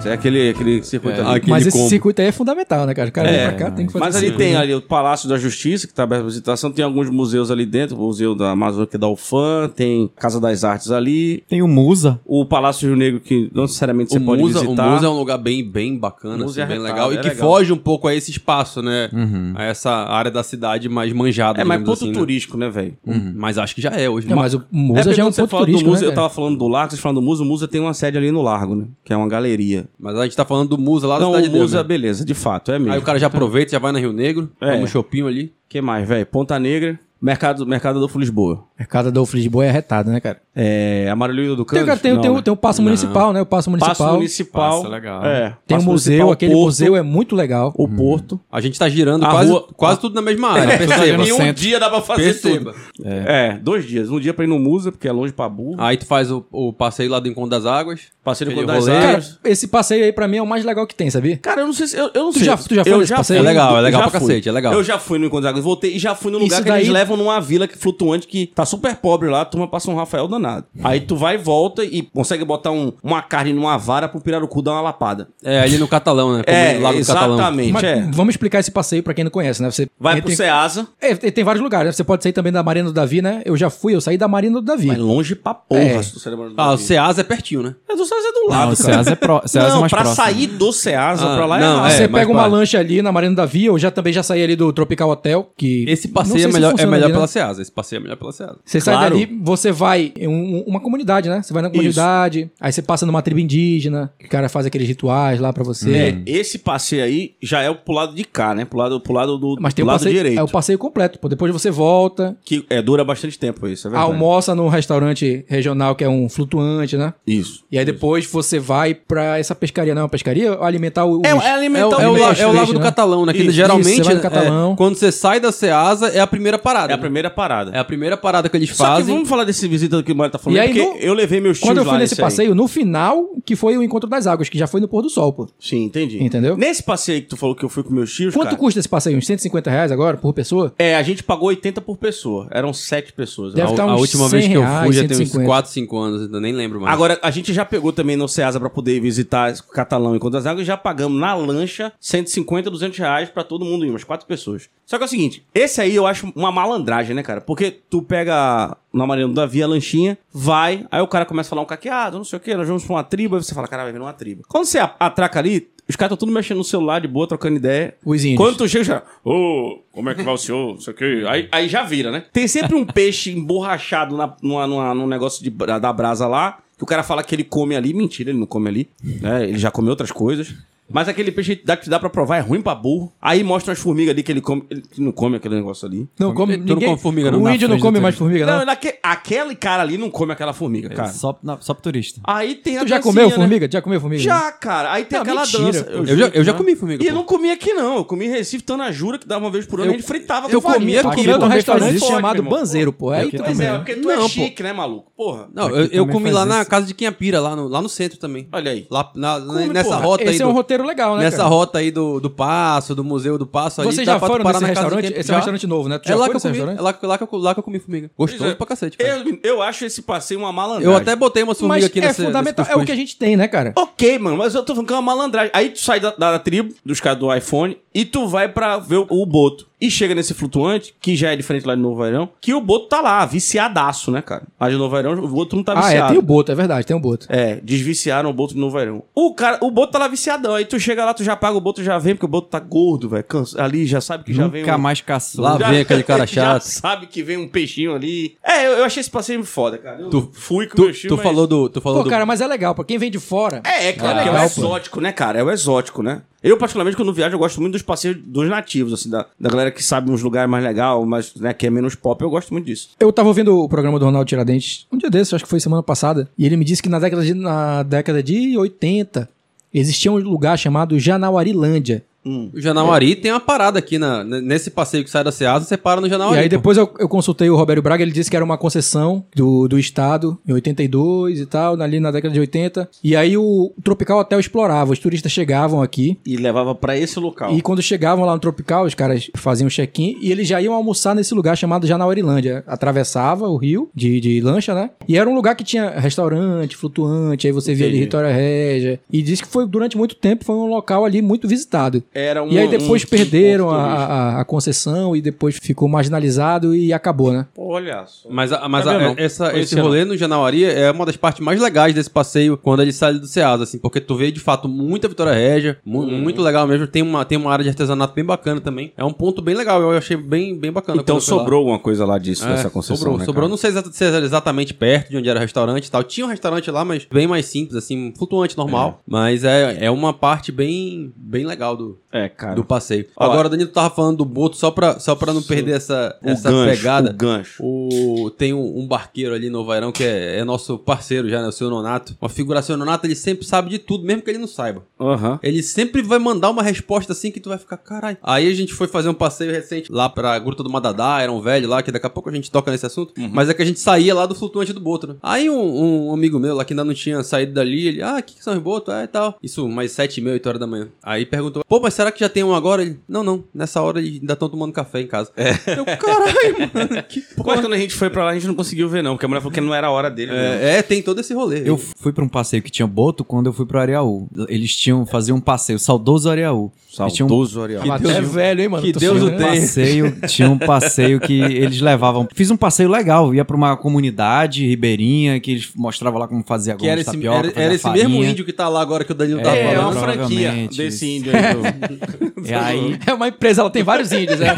A: É aquele, aquele circuito
F: É,
A: ali.
F: aquele
D: Mas esse
F: combo.
D: circuito aí é fundamental, né, cara? O cara
A: É,
D: vem pra cá, tem que fazer
A: Mas
D: esse
A: ali
D: circuito,
A: tem
D: né?
A: ali o Palácio da Justiça, que está aberto à visitação, tem alguns museus ali dentro, o Museu da Amazônia, que é da UFAM, tem Casa das Artes ali,
C: Tem o Musa.
A: o Palácio Rio Negro, que não necessariamente
F: O
A: você pode
F: Musa, o
A: visitar.
F: Musa é um lugar bem, bem bacana,
A: Musa
F: assim,
A: é
F: bem
A: arretado,
F: legal. E
A: é
F: que
A: legal.
F: foge um pouco a esse espaço, né?
A: Uhum.
F: A essa área da cidade mais manjada.
A: É, mas
F: digamos
A: ponto
F: assim, né?
A: turístico, né, velho?
F: Uhum. Mas acho que já é hoje.
D: É, mas o Musa
A: porque
D: já é um
A: quando você
D: ponto
A: fala do
D: turístico,
A: Musa,
D: né,
A: Eu
D: cara?
A: tava falando do Largo, vocês falando do Musa, o Musa tem uma sede ali no Largo, né? Que é uma galeria.
F: Mas a gente tá falando do Musa lá da
A: não,
F: cidade
A: o
F: dele,
A: Musa,
F: né?
A: beleza, de fato, é mesmo.
F: Aí o cara já aproveita, já vai na Rio Negro,
A: É.
F: toma um chopinho ali.
A: que mais, velho? Ponta Negra, Mercado, mercado do Lisboa.
D: Mercado do Oflis de Boa é arretado, né, cara?
A: É, Amarilhudo do
D: Tem,
A: Cândido?
D: cara, tem, o-
A: Não,
D: tem, o-
A: né?
D: tem o Passo
F: Não.
D: Municipal, né? O Passo Municipal.
A: Passo Municipal.
C: Passo legal.
A: É,
D: Tem o
A: Passo
D: museu,
A: Municipal,
D: aquele
A: Porto,
D: museu é muito legal.
A: O Porto.
F: A gente tá girando
A: A
F: quase,
A: rua-
F: quase tudo na mesma área.
C: Perceba,
F: Perceba.
A: Em um
C: centro.
A: dia dá pra fazer
F: Perceba.
A: tudo. É. dois dias. Um dia pra ir no Musa, porque é longe pra burro.
F: Aí tu faz o, o passeio lá do Encontro das Águas.
A: Passeio do
F: aquele
A: Contas
F: rolê.
A: Águas.
D: Cara, esse passeio aí pra mim é o mais legal que tem, sabia?
A: Cara, eu não sei se. Eu, eu não
D: Tu
A: sei.
D: já- tu já foi
A: eu
D: nesse passeio?
F: É legal, é legal
A: Já
F: pra
A: fui.
F: cacete, é legal.
A: Eu já fui no Encontro das Águas, voltei e já fui num lugar
D: Isso
A: que eles
D: daí-
A: levam numa vila que- flutuante que tá super pobre lá, a turma passa um Rafael danado. Aí tu vai e volta e consegue botar um- uma carne numa vara pro pirarucu dar uma lapada.
F: É, ali no Catalão, né? Como
A: É,
F: Lago Catalão.
A: exatamente.
D: Mas
A: é.
D: vamos explicar esse passeio pra quem não conhece, né? Você
A: Vai
D: entra
A: pro
D: em-
A: Ceasa,
D: É, tem tem vários lugares. né? Você pode sair também da Marina do Davi, né? Eu já fui, eu saí da Marina do Davi.
A: mas longe pra porra.
D: É.
A: se tu celebra no
F: Ah, o
A: Davi.
F: Ceasa é pertinho, né?
A: Mas o Ceasa é do lado,
C: Não,
A: cara.
C: o Ceasa é, pro... Ceasa é
A: não,
C: mais
A: pra
C: próximo.
A: sair do Ceasa
F: Ah,
A: pra lá
F: não,
A: é
F: é.
A: errado.
D: você
F: mas
D: pega uma
F: para.
D: lancha ali na Marina do Davi, eu já também já saí ali do Tropical Hotel, que
F: Esse
D: Não sei
F: passeio é
D: se
F: melhor, é
D: funciona
F: melhor melhor
D: ali, né?
F: pela Ceasa. Esse passeio é melhor pela Ceasa.
D: Você
A: Claro.
D: sai dali, você vai em um- uma comunidade, né? Você vai na comunidade, aí você passa numa tribo indígena, que o cara faz aqueles rituais lá pra você.
F: Hum.
A: É, esse passeio aí já é o pro lado de cá, né? Pro lado, pro lado do,
D: Mas tem
A: do
D: o
A: lado
D: passeio,
A: direito.
D: é o passeio completo. Pô. Depois você volta,
A: Que é, dura bastante tempo isso, é verdade.
D: almoça num restaurante regional que é um flutuante, né?
A: Isso.
D: E aí depois você vai pra essa pescaria, não é uma pescaria? Alimentar o.
A: É,
D: os-
A: é
F: É, o-
A: alimentar
F: é o,
A: o
F: la-
A: peixe.
F: é o
D: peixe,
F: Lago do
D: né?
F: Catalão, né? Que
A: Isso,
F: geralmente,
D: isso, você vai no
F: é,
D: Catalão.
F: quando você sai da Ceasa, é a primeira parada.
A: É a
F: né?
A: primeira parada.
F: É a primeira parada que eles
A: Só que
F: fazem.
A: vamos falar desse visita que o Mário tá falando,
D: E aí,
A: porque
D: no-
A: eu levei meus tios
D: Quando eu
A: lá
D: fui nesse
A: aí.
D: passeio, no final, que foi o encontro das águas, que já foi no pôr do sol, pô.
A: Sim, entendi.
D: Entendeu?
A: Nesse passeio que tu falou que eu fui com meus tios,
D: Quanto
A: cara,
D: custa esse passeio? Uns 150 reais agora, por pessoa?
A: É, a gente pagou 80 por pessoa. Eram sete pessoas.
D: Deve
A: A-
D: tá
F: a
D: uns
F: última vez
D: 100
F: que eu fui
D: reais,
F: já tem uns
D: 150.
F: 4, 5 anos, eu nem lembro mais.
A: Agora, a gente já pegou também no Ceasa pra poder visitar o Catalão e Contas Águas e já pagamos na lancha 150, 200 reais pra todo mundo ir, umas quatro pessoas. Só que é o seguinte, esse aí eu acho uma malandragem, né, cara? Porque tu pega na Mariana do Davi a lanchinha, vai, aí o cara começa a falar um caqueado, não sei o quê, nós vamos pra uma tribo, aí você fala, cara, vai vir uma tribo. Quando você a- atraca ali, os caras estão tudo mexendo no celular de boa, trocando ideia.
D: Os índios.
A: Quando tu chega, já. Ô, como é que vai o senhor? Isso aqui. Aí, aí já vira, né? Tem sempre um peixe emborrachado na, numa, numa- num negócio de, bra- da brasa lá, que o cara fala que ele come ali. Mentira, ele não come ali. Né? Ele já comeu outras coisas. Mas aquele peixe dá, que dá pra provar é ruim pra burro. Aí mostra umas formigas ali que ele come. Ele que não come aquele negócio ali.
D: Não come,
F: Tu não
D: ninguém...
F: come formiga, não,
D: O
F: na
D: índio não
F: frente
D: come
F: do
D: mais formiga, não.
A: Não, naque- aquele cara ali não come aquela formiga, cara.
C: É, Só, na, só pro turista.
A: Aí tem
F: é
A: a
D: Tu já
F: assim,
A: dancinha,
D: comeu
A: né?
D: formiga? Já comeu formiga?
A: Já, cara. Aí tem
D: Não,
A: aquela
D: mentira,
A: dança.
D: pô.
F: Eu já-
A: juro,
F: eu já
A: né?
F: comi formiga,
A: E
F: pô.
A: eu não comi aqui, não. Eu comi em Recife, Tanajura, que dava uma vez por ano,
F: Eu-
A: a gente fritava
F: eu
A: com farinha.
F: comia
D: Tu
A: Aqui
F: Aqui
D: comeu num
A: também faz
D: restaurante
A: isso,
D: chamado
A: meu irmão.
D: Banzeiro, pô. Aí
C: Aqui
D: tu
A: Pois
D: comeu.
A: é,
D: né?
A: porque tu
F: Não,
A: é chique, né, maluco? Porra.
F: Não,
C: Aqui
F: eu, eu
C: também
F: comi
C: faz
F: lá na
C: isso.
F: casa de Quinhapira, lá no, lá no centro também.
A: Olha aí.
F: Lá na- né,
A: Come,
F: nessa
A: porra.
F: rota aí.
D: Esse é um
F: do-
D: roteiro legal, né,
F: nessa
D: cara?
F: rota aí do, do Passo, do Museu do Passo ali.
D: Vocês
F: dá
D: já
F: pra tu
D: foram
F: parar
D: nesse
F: na casa de
D: restaurante?
F: quem-
D: Esse é
F: já.
D: um restaurante novo, né? Tu
F: É
D: já
F: lá
D: foi
F: que eu
D: nesse
F: comi.
D: restaurante? é.
F: É lá, que- lá, que eu, lá que eu comi formiga. Gostoso pra cacete. cara.
A: Eu, eu acho esse passeio uma malandragem.
F: é Eu até botei umas formigas
D: Mas
F: aqui
D: é
F: nesse
D: fundamental,
F: nesse
D: é o que a gente tem, né, cara?
A: Ok, mano, mas eu tô falando que é uma malandragem. Aí tu sai da, da tribo, dos caras do iPhone, e tu vai pra ver o, o Boto. E chega nesse flutuante, que já é diferente lá de Novo Airão, que o Boto tá lá, viciadaço, né, cara? Lá de Novo Airão, o Boto não tá
D: Ah,
A: viciado.
D: é, tem o Boto, é verdade, tem o Boto.
A: É, desviciaram o Boto de Novo Airão. O cara, o Boto tá lá viciadão. Aí tu chega lá, tu já paga o Boto, já vem, porque o Boto tá gordo, velho. cansa- Ali já sabe que já vem.
C: Nunca
A: um-
C: mais caçou.
F: Lá
A: já-
F: vem aquele cara
A: Já
F: chato.
A: sabe que vem um peixinho ali. É, eu, eu achei esse passeio foda, cara. Eu
F: Tu-
A: fui com o meu
F: Tu,
A: tio,
F: tu
A: mas-
F: falou do. Tu falou
D: Pô,
F: do...
D: cara, mas é legal, pra quem vem de fora.
A: É, é claro,
D: Ah,
A: que é o
D: legal,
A: exótico, né, cara? É o exótico, né? Eu, particularmente, quando viajo, eu gosto muito dos passeios dos nativos, assim, da, da galera que sabe uns lugares mais legal, mas, né, que é menos pop, eu gosto muito disso.
D: Eu tava ouvindo o programa do Ronaldo Tiradentes um dia desses, acho que foi semana passada, e ele me disse que na década de, na década de 80 existia um lugar chamado Janauarilândia.
F: O Janauari tem uma parada aqui na, n- nesse passeio que sai da Ceasa, você para no Janauari.
D: e aí
F: pô.
D: depois eu, eu consultei o Roberto Braga, ele disse que era uma concessão do, do Estado em 82 e tal, ali na década de 80. E aí o Tropical Hotel explorava, os turistas chegavam aqui,
A: E levava pra esse local.
D: E quando chegavam lá no Tropical, os caras faziam check-in e eles já iam almoçar nesse lugar chamado Janauerilândia. Atravessava o rio de, de lancha, né? E era um lugar que tinha restaurante, flutuante, aí você via ali
A: Entendi.
D: Vitória Régia. E diz que foi durante muito tempo, foi um local ali muito visitado.
A: Era um,
D: e aí depois
A: um-
D: perderam
A: um
D: a,
A: ponto turístico.
D: a- a concessão e depois ficou marginalizado e acabou, né?
A: Olha só.
F: Mas, a- mas a- é,
A: Sabia não.
F: essa, esse
A: Conhecia não.
F: rolê no Janauari é uma das partes mais legais desse passeio quando ele sai do Ceasa, assim, porque tu vê de fato muita Vitória Régia, mu-
A: Uhum.
F: muito legal mesmo. Tem uma, tem uma área de artesanato bem bacana também. É um ponto bem legal, eu achei bem, bem bacana. quando
A: Então
F: eu fui lá.
A: sobrou alguma coisa lá disso,
F: É,
A: dessa concessão,
F: Sobrou,
A: né,
F: sobrou.
A: cara?
F: Não sei exa- se era exatamente perto de onde era o restaurante e tal. Tinha um restaurante lá, mas bem mais simples, assim, flutuante, normal. Mas é, é uma parte bem, bem legal do,
A: É, cara.
F: do passeio.
A: Ó,
F: Agora, Danilo, tu tava falando do Boto, só pra, só pra não perder essa,
A: o
F: essa
A: gancho,
F: pegada.
A: o gancho.
F: O- tem um, um barqueiro ali no Vairão que é, é nosso parceiro já, né? O seu Nonato. Uma figura seu Nonato, ele sempre sabe de tudo, mesmo que ele não saiba.
A: Aham.
F: Ele sempre vai mandar uma resposta assim que tu vai ficar, caralho. Aí a gente foi fazer um passeio recente lá pra Gruta do Madadá, era um velho lá, que daqui a pouco a gente toca nesse assunto. Mas é que a gente saía lá do flutuante do Boto, né? Aí um, um amigo meu lá que ainda não tinha saído dali, ele, ah, o que, que são os Boto? É e tal. Isso, mais sete e meia, oito horas da manhã. Aí perguntou, pô, mas será que já tem um agora? Ele, não, não, nessa hora eles ainda estão tomando café em casa. Eu, caralho, mano, que
A: Mas
F: porra.
A: quando a gente foi pra lá, a gente não conseguiu ver, não, porque a mulher falou que não era a hora dele. né?
F: É, é, tem todo esse rolê.
C: Eu fui pra um passeio que tinha boto quando eu fui pro Areaú. Eles tinham faziam um passeio, saudoso Areaú. Eles tinham um
A: Ariel.
D: Até
F: Deus-
D: velho, hein, mano?
F: que
D: Tu
F: Deus
D: fica,
F: o
D: né?
F: tenha.
C: passeio, tinha um passeio que eles levavam. Fiz um passeio legal, ia pra uma comunidade ribeirinha que eles mostravam lá como fazia
F: que
C: goma
F: era
C: de
F: esse,
C: tapioca,
F: era,
C: fazia
F: era esse
C: farinha.
F: mesmo índio que tá lá agora que o Danilo tá
A: É,
F: falando.
A: é uma
C: Provavelmente
A: franquia
C: isso.
A: desse índio aí. do-
C: E aí,
D: É uma empresa, ela tem vários índios, né?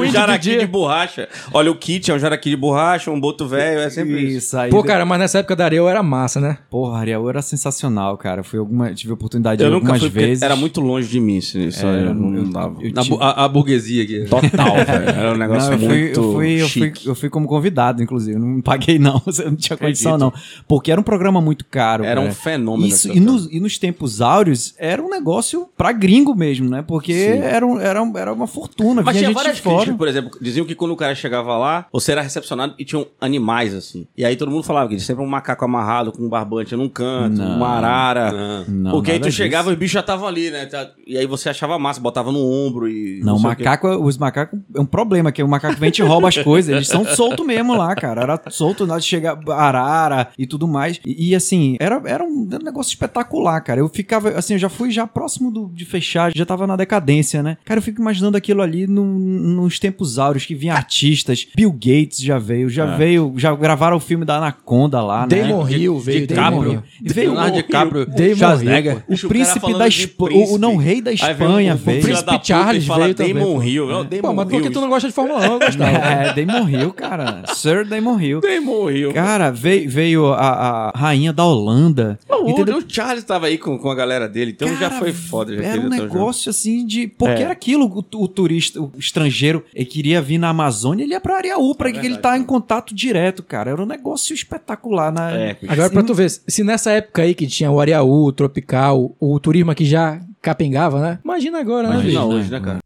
A: um jaraqui de borracha. Olha, o kit é um jaraqui de borracha, um boto velho, é sempre isso.
C: isso aí.
D: Pô, cara, mas nessa época da Ariel era massa, né?
C: Porra, Ariel era sensacional, cara. Fui alguma, tive a oportunidade de ir
A: Eu nunca
C: algumas
A: fui, porque
C: vezes.
A: era muito longe de mim, isso isso
C: É,
A: aí,
C: eu-
A: eu não
C: eu-
A: dava.
C: eu
F: Na bu- a, a burguesia aqui.
A: Total, velho. Era um negócio
C: Não, eu fui,
A: muito
C: eu, fui, eu,
A: chique.
C: fui, eu fui como convidado, inclusive. Não me paguei, não. Eu não tinha condição, não. Porque era um programa muito caro.
A: Era um
C: cara.
A: fenômeno.
C: Isso,
A: aquilo
C: e,
A: ali.
C: nos, e nos tempos áureos era um negócio pra gringo mesmo, né? Porque
A: Sim.
C: era, um- era, um- era uma fortuna.
A: Mas tinha
C: vinha gente
A: várias
C: de fora.
A: críticas, por exemplo, diziam que quando o cara chegava lá, você era recepcionado e tinham animais, assim. E aí todo mundo falava que sempre um macaco amarrado com um barbante num canto,
C: Não.
A: uma arara.
F: Não.
C: Não,
A: Porque aí
C: nada
A: tu
C: disso.
A: chegava e os bichos já estavam ali, né? Tá- E aí você achava massa, botava no ombro e.
C: Não,
A: sei o quê.
C: macaco, os macacos é um problema, que o macaco vem e te rouba as coisas. Eles são soltos mesmo lá, cara. Era solto na hora de chegar arara e tudo mais. E, e, assim, era, era um negócio espetacular, cara. Eu ficava, assim, eu já fui já próximo do- de fechar, já tava na decadência, né? Cara, eu fico imaginando aquilo ali num- nos tempos áureos que vinha artistas. Bill Gates já veio,
A: É.
C: já veio, já gravaram o filme da Anaconda lá, né?
D: Damon Hill veio, Damon
F: DiCaprio.
D: Hill.
C: E veio
F: Leonardo
C: o-
F: DiCaprio.
D: Damon
F: Schwarzenegger.
D: Hill,
C: O
A: Bicho, o cara
C: príncipe
A: falando
C: da
A: de
C: Espanha,
A: príncipe.
C: o não rei da
A: Aí vem
C: é Espanha
A: o- o filho da
C: veio.
D: Príncipe
A: puta e
D: Charles
A: fala
D: veio também,
A: Damon
D: pô.
A: Hill. É o
D: Pô,
A: Damon
D: mas por que
A: Hill.
D: tu não gosta de Fórmula 1? Eu gostava.
C: É, Damon Hill, cara. Sir Damon Hill.
A: Damon Hill.
C: Cara, veio, veio a, a rainha da Holanda.
A: Não, o,
C: entendeu?
A: o Charles tava aí com, com a galera dele, então já
C: Cara,
A: foi foda. Já
C: Era
A: aquele
C: um
A: outro jogo. É.
C: negócio assim de. Porque era aquilo, o, o turista, o estrangeiro, ele queria vir na Amazônia, ele ia pra Ariaú,
A: É
C: pra que ele
A: né?
C: tá em contato direto, cara. Era um negócio espetacular né? na.
A: É, bicho.
D: Agora, pra tu ver, se nessa época aí que tinha o Ariaú, o Tropical, o turismo aqui já capengava, né? Imagina agora, né, bicho?
A: Imagina hoje, né, cara?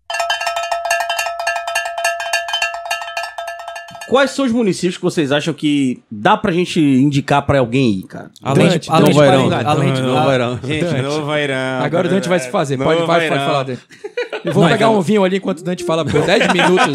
A: Quais são os municípios que vocês acham que dá pra gente indicar pra alguém ir, cara?
C: Além
D: Dante,
C: de, além
D: Dante
C: de, além de,
F: então
D: Parindade.
F: Não, Vairão.
A: Gente, Novairão.
D: Agora o Dante vai se fazer. Pode, vai, pode falar dele. Eu vou
C: Não,
D: pegar
C: então-
D: um vinho ali enquanto o Dante fala por 10 minutos.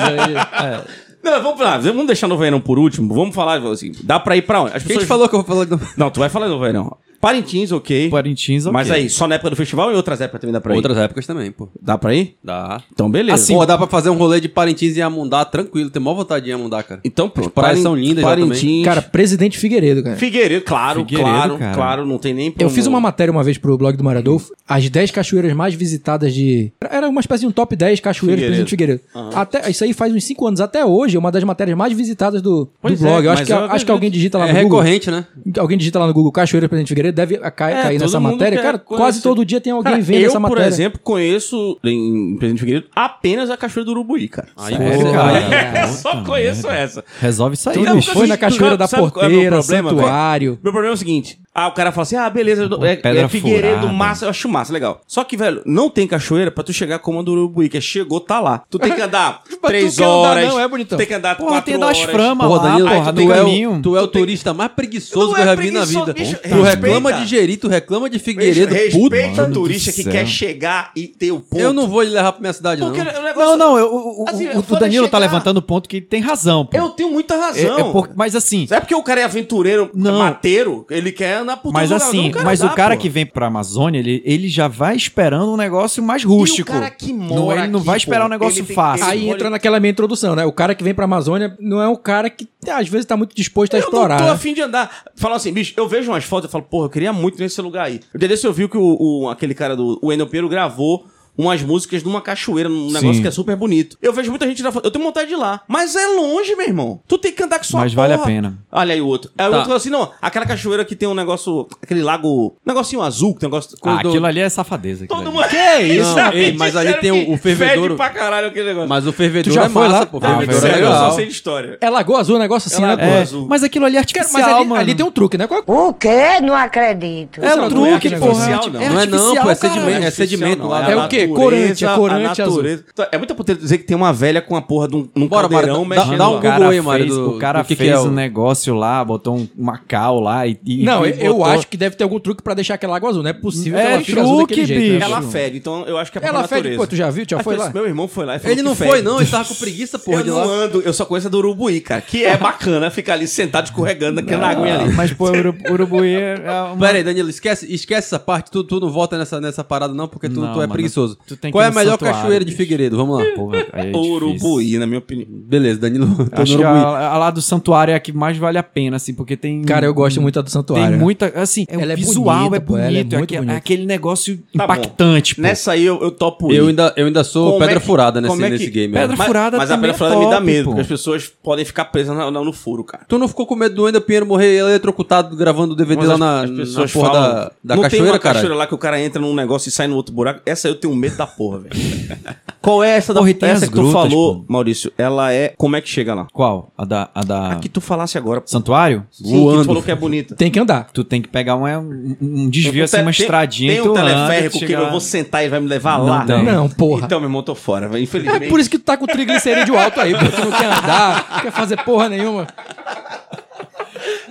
D: Aí.
A: Não, vamos lá. Vamos deixar Novairão por último. Vamos falar assim. Dá pra ir pra onde? As
F: Quem te
A: pessoas...
F: falou que eu vou falar do...
A: Não, tu vai falar Novairão. Parintins, ok.
C: Parintins, ok.
A: Mas é aí, só na época do festival ou em outras épocas também dá pra ir?
F: Outras épocas também, pô.
A: Dá pra ir?
F: Dá.
A: Então, beleza.
F: Assim, Pô, dá pra fazer um rolê de Parintins e Amundá tranquilo. Tem mó vontade de Amundá, cara.
A: Então, pô,
F: As praias são lindas já
A: Parintins.
F: também.
D: Cara, presidente Figueiredo, cara.
A: Figueiredo, claro,
C: Figueiredo,
A: claro,
C: cara.
A: claro. Não tem nem
D: Eu fiz
A: como-
D: uma matéria uma vez pro blog do Maradolfo, as 10 cachoeiras mais visitadas de. Era uma espécie de um top 10 cachoeiras do Presidente Figueiredo. Até, isso aí faz uns 5 anos. Até hoje é uma das matérias mais visitadas do, do
A: Pois é,
D: blog. eu acho
A: mas
D: que,
A: eu
D: acho que
A: acredito.
D: alguém
C: tá
D: digita lá
F: É
D: no Google.
F: recorrente, né?
D: Alguém digita lá no Google Cachoeira Presidente Figueiredo, deve a- cai-
A: É,
D: cair
A: todo
D: nessa
A: mundo
D: matéria.
A: quer
D: Cara,
A: conhecer.
D: quase todo dia tem alguém
A: Cara,
D: vendo
A: eu,
D: essa matéria.
A: por exemplo, conheço em Presidente Figueiredo apenas a Cachoeira do Urubuí, cara.
F: Aí,
C: Pô,
F: você-
C: cara. é,
A: Eu né? só conheço essa.
C: Resolve isso aí,
A: Então,
C: bicho.
A: eu
D: Foi na
A: Sabe-
D: Cachoeira da
A: sabe qual é o meu
D: Porteira,
A: problema, velho?
D: Santuário.
A: Meu problema é o seguinte: ah, o cara fala assim, ah, beleza, eu- é,
C: pedra
A: é Figueiredo,
C: furada.
A: massa, eu acho massa, legal. Só que, velho, não tem cachoeira pra tu chegar como a do Urubuí, que é chegou, tá lá. Tu tem que andar
D: tu
A: três
D: quer andar,
A: horas.
D: não, é bonitão.
A: Tem que andar
C: Porra,
A: quatro
C: tem das
A: horas.
C: framas
F: Pô,
C: lá,
F: Danilo,
C: porra,
F: tu,
C: no
F: é
C: caminho.
F: o, tu é o
A: Tu tem-
F: turista mais preguiçoso
A: Não
F: que eu
A: é
F: já vi na
A: preguiçoso,
F: vida.
A: bicho,
F: tu reclama
A: respeita.
F: de Jeri, tu reclama de Figueiredo. puto.
A: Respeita o
C: mano do
A: turista que
C: céu.
A: quer chegar e ter o ponto.
F: Eu não vou lhe levar pra minha cidade, não.
A: Porque o
C: Não,
A: negócio-
C: não, eu- o, o-
A: Assim,
C: o- o
A: foda
C: Danilo tá
A: chegar.
C: levantando o ponto que ele tem razão, pô.
A: Eu tenho muita
C: É-
A: razão.
C: é porque- mas assim,
A: Não é porque o cara é aventureiro,
C: Não.
A: mateiro, ele quer andar por
C: Mas
A: todos os
C: assim,
A: lugares. Não,
C: mas
A: dá,
C: o cara
A: pô.
C: que vem pra Amazônia, ele, ele já vai esperando um negócio mais
A: E
C: rústico.
A: o cara que mora
C: não, ele não
A: aqui,
C: vai esperar
A: pô,
C: um negócio
A: ele tem-
C: fácil.
A: ele-
D: Aí entra naquela minha introdução, né? O cara que vem pra Amazônia não é um cara que às vezes tá muito disposto a
A: eu
D: explorar.
A: não tô
D: né?
A: afim de andar. Fala assim, bicho, eu vejo umas fotos, eu falo, porra, eu queria muito nesse lugar aí. O dia desse eu vi que o, o- aquele cara do o Wendel Pinheiro gravou umas músicas numa cachoeira, num negócio que é super bonito. Eu vejo muita gente na foto, eu tenho vontade de ir lá. Mas é longe, meu irmão. Tu tem que andar com sua
C: Mas vale a
A: porra.
C: pena.
A: Olha aí o outro. Aí o
F: Tá.
A: outro falou assim, não, aquela cachoeira que tem um negócio, aquele lago, negocinho azul, que tem um negócio...
C: Ah,
A: do-
C: aquilo ali é safadeza. aquilo
A: Todo
C: ali.
A: mundo... Que
F: isso? ei, mas ali tem o- o fervedouro.
A: pra caralho aquele negócio.
F: Mas o
D: Tu
F: fervedor
D: já
F: é
D: foi
F: massa,
D: lá?
F: pô.
C: Ah,
A: Deve
F: Fervedor
A: ser,
F: é
A: eu só
F: legal.
A: sei de história.
D: É Lagoa Azul, um negócio assim,
A: É
D: né?
A: Lagoa
D: pô?
C: É,
A: azul.
C: mas aquilo ali é
D: Cara,
C: artificial,
D: mas ali,
C: mano.
D: ali tem um truque, né? Qual é-
I: O quê? Não acredito.
C: É
D: Não,
C: um
A: não é
C: truque,
A: artificial,
C: porra.
A: não.
C: É
F: Não é não,
C: artificial,
F: pô, é
C: caralho.
F: sedimento, é sedimento lá.
D: É o quê? Corante, é corante
A: a
D: azul.
A: natureza. Então, É muita potência dizer que tem uma velha com a porra de um, num
F: Bora,
A: caldeirão
F: Mário, dá-
A: mexendo
F: dá
A: lá.
F: um
C: O cara
F: Google aí, Mário,
C: fez,
F: do-
C: o cara
F: do que que
C: fez
F: é o-
C: um negócio lá, botou um Macau lá e. e
D: Não,
C: e
D: eu, eu
C: botou-
D: acho que deve ter algum truque pra deixar aquela água azul. Não é possível que
C: É
D: ela fique azul
C: truque,
D: daquele jeito,
C: bicho.
D: né?
A: Ela fede, então eu acho que é
D: Ela fede,
A: natureza.
D: pô, tu já viu? Tu já
A: Aí
D: foi
A: falou
D: lá?
A: assim, Meu irmão foi lá e falou
F: Ele
A: que
F: não
A: fede.
F: foi, não, ele tava com preguiça, porra,
A: Eu
F: de
A: não
F: lá.
A: ando, eu só conheço a do Urubuí, cara, que é bacana ficar ali sentado escorregando naquela
F: é
A: aguinha ali.
C: Ah, Mas, pô, Urubu- Urubuí é. é uma-
F: Pera aí, Danilo, esquece, esquece essa parte, tu, tu não volta nessa, nessa parada não, porque tu,
C: Não,
F: tu é
C: mano,
F: preguiçoso. gostoso.
C: Tu tem que
F: Qual
C: ir
F: é a
C: no
F: melhor
C: santuário,
F: cachoeira de
C: bicho.
F: Figueiredo? Vamos lá.
C: Pô, aí é difícil.
A: Urubuí, na minha opinião.
F: Beleza, Danilo. Tô
C: Acho
F: no
C: que
F: Urubuí.
C: a, a lá do santuário é a que mais vale a pena, assim, porque tem.
D: Cara, eu gosto muito da do santuário.
C: Tem muita. Assim, é
D: Ela
C: o
D: é
C: visual
D: bonita,
C: é
D: pô, ela é
C: bonito, é,
D: muito
C: aque- é
D: bonita.
C: aquele negócio
A: Tá bom.
C: impactante. pô.
A: Nessa aí eu, eu topo
F: Tipo, Eu
A: ir.
F: ainda, eu ainda sou
A: Como é
F: pedra
A: que-
F: furada nesse,
A: como é que-
F: nesse game.
C: Pedra
F: né?
A: Mas,
C: furada
A: mas a
C: também
A: pedra
C: é
A: furada me dá
C: top,
A: medo,
C: pô.
A: porque as pessoas podem ficar presas na- na- no furo, cara.
F: Tu não ficou com medo do Enda Pinheiro morrer é eletrocutado gravando o
A: Mas
F: DVD lá
A: as-
F: na,
A: as
F: na
A: pessoas
F: porra
A: falam-
F: da, da
A: não tem
F: cachoeira,
A: uma
F: cara?
A: cachoeira lá que o cara entra num negócio e sai no outro buraco. Essa eu tenho medo da porra, velho. Qual é essa da
C: Porra, e tem
A: essa
C: as
A: que tu
C: grutas,
A: falou,
C: pô.
A: Maurício? Ela é como é que chega lá?
C: Qual? A da. A da...
A: A que tu falasse agora. pô.
C: Santuário?
A: Sim, que tu falou que é bonita.
D: Tem que andar.
C: Tu tem que pegar uma- um, um desvio, assim,
A: te-
C: uma estradinha.
A: Tem
C: tu
A: um
C: anda,
A: teleférico que
C: chega
A: eu
C: lá.
A: vou sentar e vai me levar
C: Não
A: lá.
C: tem.
D: Não, porra.
A: Então, meu irmão, tô fora, velho. Infelizmente.
D: É por isso que tu tá com triglicerídeo alto aí, porque tu não quer andar, quer fazer porra nenhuma.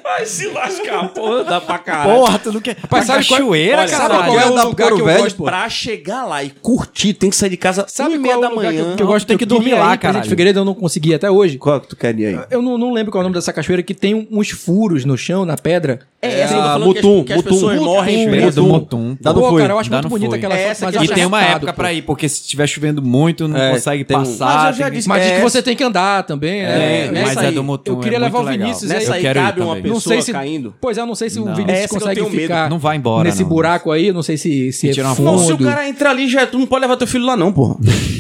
A: Vai se lascar, porra, dá pra caralho.
C: Porra, tu não quer.
D: Rapaz,
C: Uma
D: sabe qual-
C: cachoeira,
D: Olha, sabe
C: caralho.
D: qual é o lugar que eu
F: velho,
D: gosto, pô?
A: Pra chegar lá e curtir, tem que sair de casa
D: Sabe
A: sabe
D: qual é
A: meia
D: o
A: da
D: lugar que eu-
A: manhã.
D: que eu gosto?
C: Tem que dormir lá,
D: cara.
C: caralho.
D: Figueiredo eu não consegui até hoje.
A: Qual é que tu quer ir aí?
D: Eu não, não lembro qual é o nome dessa cachoeira que tem uns furos no chão, na pedra.
A: É, essa que eu tô
F: a
A: falando que as-
F: ah, Mutum,
A: que as
F: Mutum.
A: pessoas morrem
C: Mutum,
A: presas.
C: do Mutum.
F: Dá no
D: Pô,
F: foi.
D: cara, eu acho
C: dá
D: muito
C: no
D: bonita
C: foi.
D: aquela
A: É
D: foto,
A: essa
D: mas
A: que
D: eu
C: E
A: acho
C: tem uma
D: arrastado,
C: época
D: pô.
C: pra ir, porque se estiver chovendo muito, não
F: É,
C: consegue
F: tem um-
C: passar.
A: Mas eu já
C: tem que-
A: disse-
D: Mas diz
A: É,
D: que você tem que andar também, né?
C: É, mas
D: Nessa
C: a
D: aí,
C: do Mutum
D: Eu queria
C: é
D: levar o
C: muito legal.
D: Vinícius
A: Nessa
D: aí.
A: aí
C: quero ir
A: cabe uma
C: também.
A: pessoa
D: Não sei se-
A: caindo.
D: Pois é, eu não sei se o
C: Não.
A: É
D: Vinícius
A: essa que eu
D: consegue
A: tenho medo.
D: ficar
C: Não vai embora,
D: nesse
C: não.
D: buraco aí, não sei se, se é
C: tirar uma
D: fundo.
A: Não, se o cara entrar ali, já, é tu não pode levar teu filho lá, não, porra.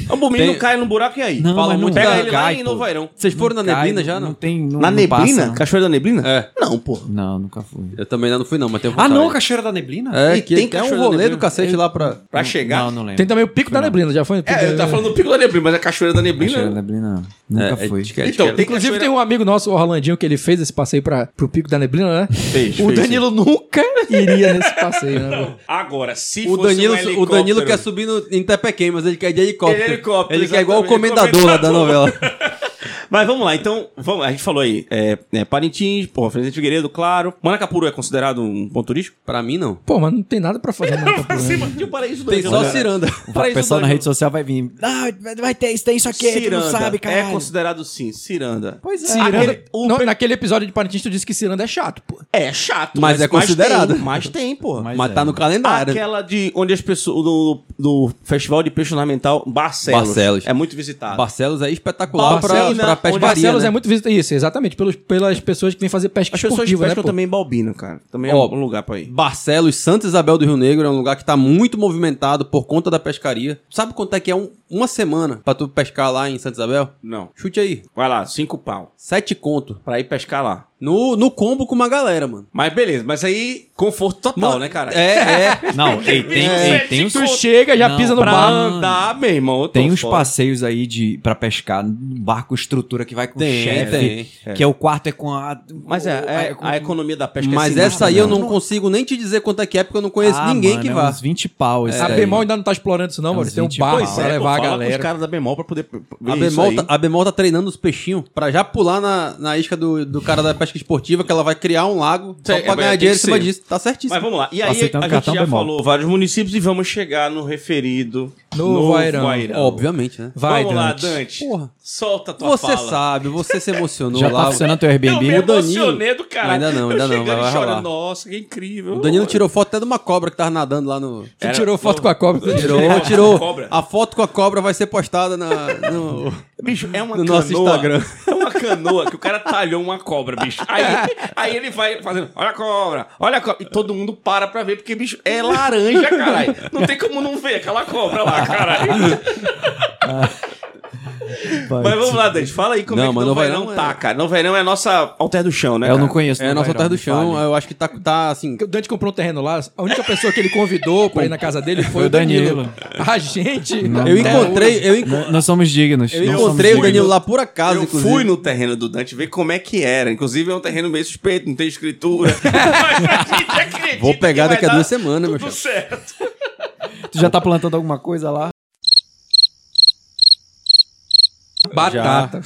A: O bombinho não cai no buraco e aí?
C: Não,
A: Fala
F: é
C: mas não
A: muito. Pega
C: dá,
A: ele lá
C: cai,
A: em
C: pô.
A: Novo Airão.
F: Vocês foram na
C: Cai,
F: neblina já, não?
C: não tem. Não,
A: Na
C: não
A: neblina?
C: Passa, não.
A: Cachoeira da neblina?
F: É.
A: Não, porra.
C: Não, nunca fui.
F: Eu também ainda não fui, não, mas tem um
C: Ah, não, Cachoeira da Neblina?
F: É,
A: E
F: que
A: tem
F: tem um
A: cachoeira
F: rolê
A: neblina.
F: do cacete lá pra.
A: Pra chegar.
C: Não, não lembro.
D: Tem também o Pico da Neblina, já foi?
A: É, eu tava falando do Pico da Neblina, mas a Cachoeira da Neblina. né?
C: Cachoeira da Neblina, nunca
F: É,
C: fui.
F: etiqueta,
A: Então,
F: etiqueta.
A: tem
D: Inclusive
A: cachoeira-
D: tem um amigo nosso, o Orlandinho, que ele fez esse passeio pra, pro Pico da Neblina, né?
A: Fez,
D: o
A: fez,
D: Danilo nunca iria nesse passeio, né? pô?
A: Agora, se
F: O
A: fosse
F: Danilo,
A: um
F: o
A: helicóptero-
F: Danilo quer subir no, em Tepequém, mas ele quer ir de helicóptero.
A: Ele é helicóptero,
F: Ele quer igual o
A: exatamente,
F: comendador lá da
A: comendador.
F: novela.
A: Mas vamos lá, então, vamos, a gente falou aí, é, é, Parintins, porra, Fernando de Figueiredo, claro. Manacapuru é considerado um ponto turístico?
F: pra mim, não.
D: Pô, mas não tem nada pra fazer. Não, tá
A: Sim, mano, tinha o paraíso né? do
F: Tem só ciranda.
C: O pessoal na rede social vai vir. Ah, vai ter isso, tem isso aqui,
A: Ciranda
C: tu não sabe, cara.
A: é considerado sim, Ciranda.
C: Pois é.
A: Aquele- o
D: Não,
A: pe-
D: naquele episódio de Parintins, tu disse que Ciranda é chato, pô.
A: É chato,
F: Mas é considerado.
A: tem, Mas tem, porra.
C: Mas
F: Mas
C: é.
F: tá no calendário.
A: Aquela de onde as pessoas. Do, do Festival de Peixe Ornamental Barcelos.
F: Barcelos.
A: É muito visitado.
F: Barcelos é espetacular
A: Barcelos,
F: pra,
A: né?
F: pra pescaria,
D: Barcelos
F: né?
D: é muito visitado. Isso, exatamente. Pelos, pelas pessoas que vêm fazer pesca
A: As pessoas
D: esportiva, né,
A: pescam
D: pô?
A: também em Balbina, cara. Também
F: Ó,
A: é um lugar pra ir.
F: Barcelos, Santa Isabel do Rio Negro é um lugar que tá muito movimentado por conta da pescaria. Sabe quanto é que é um- uma semana pra tu pescar lá em Santa Isabel?
A: Não.
F: Chute aí.
A: Vai lá, cinco pau.
F: Sete conto.
A: Pra ir pescar lá.
F: No, no combo com uma galera, mano.
A: Mas beleza, mas aí, conforto total, né, cara?
F: É, é.
C: Não, ei, tem,
A: É.
C: ei, tem uns,
D: Tu chega, já
C: Não,
D: pisa no
C: pra-
A: Pra
D: barro.
A: andar, meu irmão. eu tô
F: um
C: tem uns
A: fora.
C: passeios aí de, pra pescar, um barco estrutura que vai com
F: Tem,
C: o chefe,
F: tem.
C: que é o quarto é com a...
A: Mas é, é-
C: com-
A: a economia da pesca
F: Mas
A: sinistra,
F: essa aí eu
A: né?
F: não consigo nem te dizer quanto é que é, porque eu não conheço
C: Ah,
F: ninguém
C: mano,
F: que
C: é
F: vá. Ah,
C: Uns 20 pau esse
D: A
C: daí.
D: Bemol ainda não tá explorando isso, não,
C: É
D: mano.
C: uns
D: Tem um
C: 20
D: barco
C: pau.
D: pra
C: É,
A: pô,
D: levar a
A: fala com os
D: galera.
A: caras da Bemol pra poder ver
F: A
A: isso
F: bemol,
A: aí.
F: tá, a Bemol tá treinando os peixinhos pra já pular na, na isca do, do cara da pesca esportiva, que ela vai criar um lago só
A: Sei,
F: pra
A: é,
F: ganhar
A: tem
F: dinheiro em
A: que
F: cima
A: ser.
F: disso. Tá certíssimo.
A: Mas vamos lá. E aí,
C: Aceitando
A: a gente
C: cartão
A: já
C: bemol.
A: falou vários municípios e vamos chegar no referido
D: Novo Airão.
F: Obviamente, né?
D: Vai,
A: vamos
D: Dante.
A: lá, Dante.
F: Porra.
A: Solta a tua
F: Você
A: fala.
F: sabe, você se emocionou
C: Já
F: lá.
C: tá funcionando teu
A: Eu
C: Airbnb?
A: me
F: O Danilo-
A: emocionei do cara.
F: Ainda não, ainda
A: eu
F: não,
A: chegando
F: vai- vai
A: e chorando.
F: rolar.
A: Nossa, que incrível.
F: O Danilo tirou foto até de uma cobra que tava nadando lá no.
D: Tu tirou foto com a cobra.
F: Tirou,
A: É. Cobra.
F: tirou. A foto com a cobra vai ser postada na, no.
A: Bicho, é uma
F: No
A: canoa.
F: nosso Instagram.
A: É uma canoa que o cara talhou uma cobra, bicho. Aí, aí ele vai fazendo, olha a cobra, olha a cobra. E todo mundo para pra ver, porque, bicho, é laranja, caralho. Não tem como não ver aquela cobra lá, caralho. Mas vamos lá, Dante. Fala aí como
F: Não,
A: é que
F: mas
A: não
F: Novo
A: vai
F: Airão
A: não
F: é-
A: tá, cara. Não vai não é a nossa alter do chão, né?
C: Eu
A: cara?
C: não conheço.
F: É,
C: não,
F: nossa
C: Vairão,
F: terra do
C: me
F: chão.
C: fale.
F: Eu acho que tá, tá assim.
D: O Dante comprou um terreno lá, a única pessoa que ele convidou pra ir na casa dele foi,
C: Foi
D: o
C: o
D: Danilo.
C: Danilo.
D: A gente.
F: Eu encontrei, eu, enco-
C: Nós somos dignos.
F: eu
C: nós somos
F: encontrei o
C: dignos.
F: Danilo lá por acaso,
A: Eu
F: inclusive.
A: fui no terreno do Dante ver como é que era. Inclusive, é um terreno meio suspeito, não tem escritura. Mas a gente acredita
F: Vou pegar
A: que vai
F: daqui a
A: dar
F: duas semanas, meu
A: Tudo
F: chapa.
A: certo.
C: Tu já tá plantando alguma coisa lá?
D: Batata.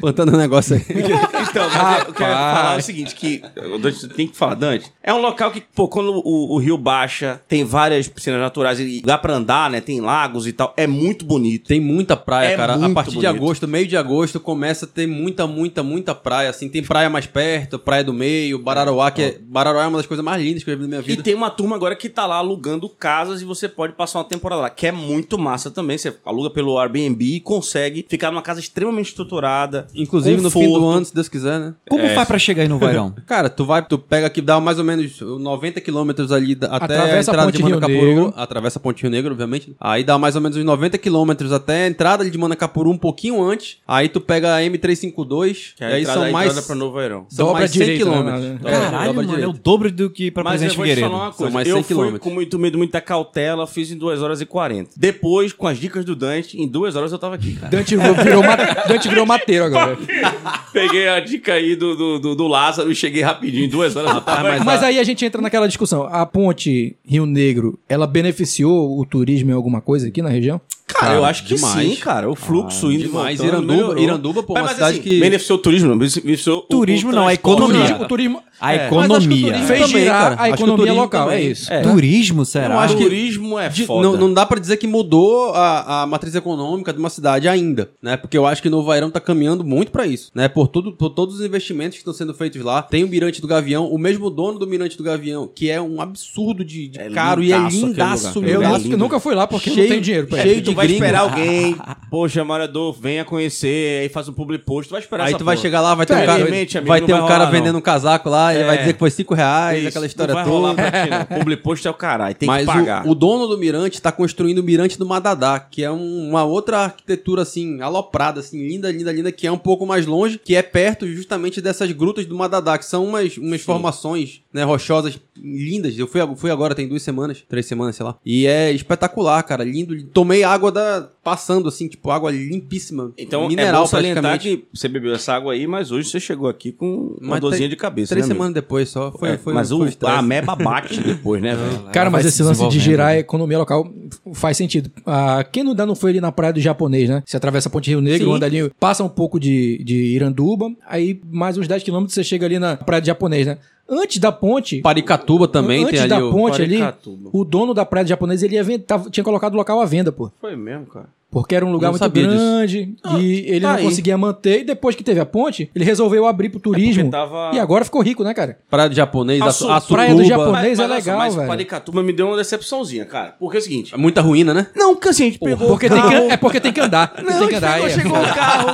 F: plantando um negócio aí.
A: Então, mas eu quero falar o seguinte, que o Dante tem que falar, Dante. É um local que, pô, quando o, o rio baixa, tem várias piscinas naturais e dá pra andar, né? Tem lagos e tal. É muito bonito.
F: Tem muita praia,
A: É
F: cara. A
A: muito
F: partir de
A: bonito.
F: agosto, meio de agosto, começa a ter muita, muita, muita praia. Assim, tem praia mais perto, praia do meio, Bararoá, que é. Bararoá é uma das coisas mais lindas que eu já vi na minha
A: E
F: vida.
A: tem uma turma agora que tá lá alugando casas e você pode passar uma temporada lá, que é muito massa também. Você aluga pelo Airbnb e consegue ficar numa casa extremamente estruturada.
F: Inclusive no fim do
A: conforto.
F: ano, se Deus quiser, né?
C: Como faz pra chegar aí no Vairão?
F: Cara, tu vai, tu pega aqui, dá mais ou menos 90 quilômetros ali da- até
D: Atravessa
F: a
D: a
F: entrada
D: ponte
F: de Manacapuru.
D: Rio Negro.
F: Atravessa a ponte Rio Negro, obviamente. Aí dá mais ou menos uns 90 quilômetros até a entrada ali de Manacapuru, um pouquinho antes. Aí tu pega a M352,
A: Que é
F: e
A: a
F: aí
A: entrada,
F: são
A: a
F: mais...
A: entrada pra Novo Airão.
F: São
D: Dobra
F: mais 100
D: direita, né?
F: quilômetros.
D: Dobra-
F: Dobra-
C: Caralho, mano,
F: dobra
C: é
F: direita.
C: o dobro do que pra
A: Mas eu
C: Presidente
A: vou te
C: Figueiredo.
A: falar uma
F: São
A: coisa.
F: mais
A: Eu
F: 100
A: fui
F: quilômetros.
A: com muito medo, muita cautela, fiz em 2 horas e 40. Depois, com as dicas do Dante, em 2 horas eu tava aqui, cara.
D: Dante virou, ma- Dante virou mateiro agora.
A: Peguei a dica aí do, do, do, do Lázaro e cheguei rapidinho, em 2 horas eu
C: Ah,
A: tava
D: Mas, aí a gente entra naquela discussão. A ponte Rio Negro, ela beneficiou o turismo em alguma coisa aqui na região?
A: Cara, Ah, eu acho que
F: demais.
A: sim, cara. O fluxo indo e
F: demais.
A: voltando
F: Iranduba-
A: melhorou.
F: Iranduba, pô,
A: Mas,
F: uma
A: mas,
F: cidade que-
A: Beneficiou o turismo, não. Beneficiou o-
C: Turismo
A: o
C: não, é
A: transporte.
C: economia.
D: O turismo
C: A
A: É.
C: economia.
D: fez
F: também,
D: girar
F: cara.
D: tá? a
F: Acho que o
D: economia
F: turismo
D: local,
F: também.
D: é isso.
C: Turismo, será?
A: Eu acho que turismo é
F: De-
A: foda.
F: não, não dá pra dizer que mudou a, a matriz econômica de uma cidade ainda, né? Porque eu acho que Novo Airão tá caminhando muito pra isso, né? Por, tudo, por todos os investimentos que estão sendo feitos lá. Tem o Mirante do Gavião, o mesmo dono do Mirante do Gavião, que é um absurdo de, de
A: É
F: caro e é
A: lindaço aquele
F: lindaço.
A: lugar,
D: Eu
A: É
F: velho.
D: não-
A: lindo.
D: nunca fui lá porque eu não
F: Cheio-
D: tenho dinheiro pra
A: É,
D: ir.
F: cheio
A: tu
F: de
A: vai
F: gringo.
A: esperar alguém, poxa, morador, venha conhecer, aí faz um public post, tu vai esperar
F: Aí
A: essa
F: tu vai
A: porra.
F: chegar lá, vai ter um cara,
A: Infelizmente, amigo,
F: vai
A: não
F: ter um
A: vai
F: cara
A: rolar,
F: vendendo
A: não.
F: um casaco lá, ele
A: É.
F: vai dizer que foi 5 reais,
A: Isso,
F: aquela história
A: não vai
F: toda.
A: rolar pra ti, não. Public post é o caralho, tem
F: Mas
A: que pagar.
F: O, o dono do Mirante tá construindo o Mirante do Madadá, que é um- uma outra arquitetura, assim, aloprada, assim, linda, linda, linda, que é um pouco mais longe, que é perto justamente dessas grutas do Madadá, que são umas, umas formações, né, rochosas lindas. Eu fui, ag- fui agora, tem duas semanas, três semanas, sei lá. E é espetacular, cara, lindo. Tomei água da... passando, assim, tipo, água limpíssima.
A: Então,
F: mineral,
A: é bom salientar
F: praticamente.
A: que você bebeu essa água aí, mas hoje você chegou aqui com uma
F: Mas
A: dorzinha
F: tem-
A: de cabeça,
F: Três
A: né, amigo?
F: semanas depois só. Foi,
A: É,
F: foi,
A: mas
F: foi
A: o,
F: estresse.
A: a ameba bate depois, né,
C: é.
A: velho?
D: Cara, mas
C: vai
D: esse
C: se
D: lance de
C: desenvolvendo.
D: girar
A: né?
D: a economia local faz sentido. Ah, quem não dá não foi ali na praia do japonês, né? Você atravessa a ponte Rio Negro,
F: Sim.
D: anda ali, passa um pouco de, de Iranduba, aí mais uns 10 quilômetros você chega ali na praia do japonês, né? Antes da ponte,
F: Paricatuba também
D: antes
F: tem ali
D: da
F: o...
D: ponte ali,
A: Paracatuba.
D: o dono da praia do japonês ele ia ven- tava- tinha colocado o local à venda, pô.
A: Foi mesmo, cara.
D: Porque era um lugar
F: Não
D: muito
F: sabia disso.
D: grande e ele
A: tá
D: não
A: aí. É
D: conseguia manter. E depois que teve a ponte, ele resolveu abrir pro turismo.
A: tava-
D: E agora ficou rico, né, cara?
F: Praia do Japonês, a,
A: Açu-
F: a,
D: Praia do Japonês. Mas é
A: olha só,
D: legal,
A: mas
D: velho.
A: Paricatuba me deu uma decepçãozinha, cara. Porque é o seguinte...
F: Muita ruína, né?
A: Não, que assim, a gente pegou
D: Porque
A: o
D: tem
A: carro...
D: que- é porque tem que andar. Porque
A: Não,
D: tem que andar.
A: chegou,
D: é.
A: chegou o carro,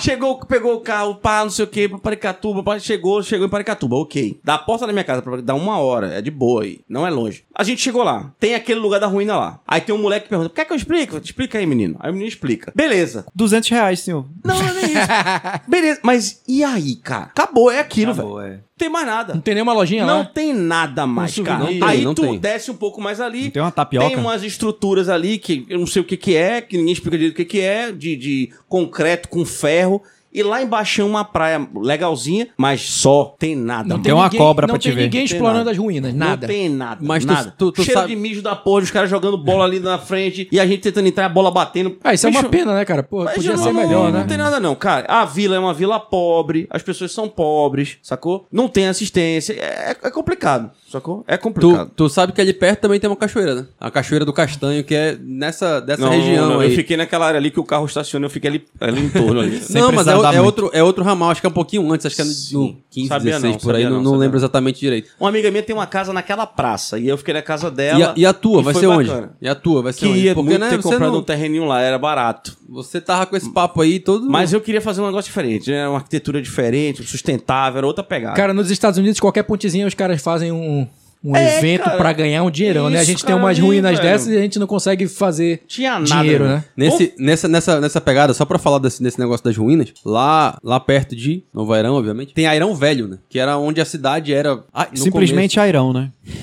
A: chegou, pegou o carro, pá, não sei o que, pra Paricatuba, pá, chegou, chegou em Paricatuba, ok. Da porta da minha casa, pra, dá uma hora, é de boa aí, não é longe. A gente chegou lá, tem aquele lugar da ruína lá. Aí tem um moleque que pergunta, quer que eu explique? Explica aí, menino. Aí o menino explica. Beleza.
C: 200 reais, senhor.
A: Não, não é nem isso. Beleza, mas e aí, cara? Acabou, é aquilo, velho.
C: Acabou, é.
A: Não tem mais nada.
D: Não né? tem nenhuma lojinha
A: Não
D: lá.
A: tem nada mais,
D: Um
A: cara.
F: souvenir.
A: Aí
F: Não
A: tu
F: tem.
A: desce um pouco mais ali.
C: Não tem uma tapioca?
A: Tem umas estruturas ali que eu não sei o que que é, que ninguém explica direito o que que é, de, de concreto com ferro. E lá embaixo é uma praia legalzinha, mas só tem nada.
D: Não
A: mano.
C: tem uma
D: ninguém-
C: cobra pra te
D: Não
C: ver.
D: tem ninguém
A: Não tem
D: explorando
A: nada.
D: as ruínas, nada.
A: Não tem nada.
F: Mas tu-
A: nada.
F: tu- tu
A: Cheiro
F: sabe-
A: de mijo da porra, os caras jogando bola ali na frente e a gente tentando entrar, a bola batendo.
D: Ah, isso é uma
A: Bicho,
D: pena, né, cara? Pô,
A: mas
D: podia
A: não-
D: ser melhor,
A: não,
D: né?
A: Não tem nada não, cara. A vila é uma vila pobre, as pessoas são pobres, sacou? Não tem assistência, é, é complicado, sacou? É
F: Tu,
A: complicado.
F: tu sabe que ali perto também tem uma cachoeira, né? A cachoeira do Castanho, que é nessa dessa
A: Não,
F: região
A: não,
F: aí.
A: Eu fiquei naquela área ali que o carro estaciona, eu fiquei ali, ali em torno ali.
C: Sem
F: Não, mas é,
C: precisar
F: o-
C: andar
F: é
C: muito.
F: outro, é outro ramal, acho que é um pouquinho antes, acho que é no- no
A: Sim.
F: 15,
A: Sabia
F: 16,
A: não,
F: por aí,
A: sabia
F: não,
A: não,
F: não
A: sabia
F: lembro
A: não.
F: exatamente direito.
A: Uma amiga minha tem uma casa naquela praça e eu fiquei na casa
F: E
A: dela.
F: a, e a tua,
A: e
F: vai
A: foi
F: ser onde?
A: bacana.
F: E a tua, vai ser onde? né,
A: Queria muito ter
F: você,
A: comprado um
F: não, Hum.
A: terreninho lá, era barato.
F: você tava com esse papo aí todo...
A: Mas eu queria fazer um negócio diferente, né? Uma arquitetura diferente, sustentável, era outra pegada.
D: Cara, nos Estados Unidos, qualquer pontezinha, os caras fazem um, um
A: É,
D: evento
A: cara.
D: pra ganhar um dinheirão, né? A
A: Isso,
D: gente tem
A: cara,
D: umas
A: ali,
D: ruínas
A: velho.
D: dessas e a gente não consegue fazer
A: tinha nada.
D: dinheiro, né?
F: Nesse, nessa, nessa, nessa pegada, só pra falar desse, desse negócio das ruínas, lá, lá perto de Novo Airão, obviamente, tem Airão Velho, né? Que era onde a cidade era... ah, no
C: Simplesmente airão, né?
F: começo-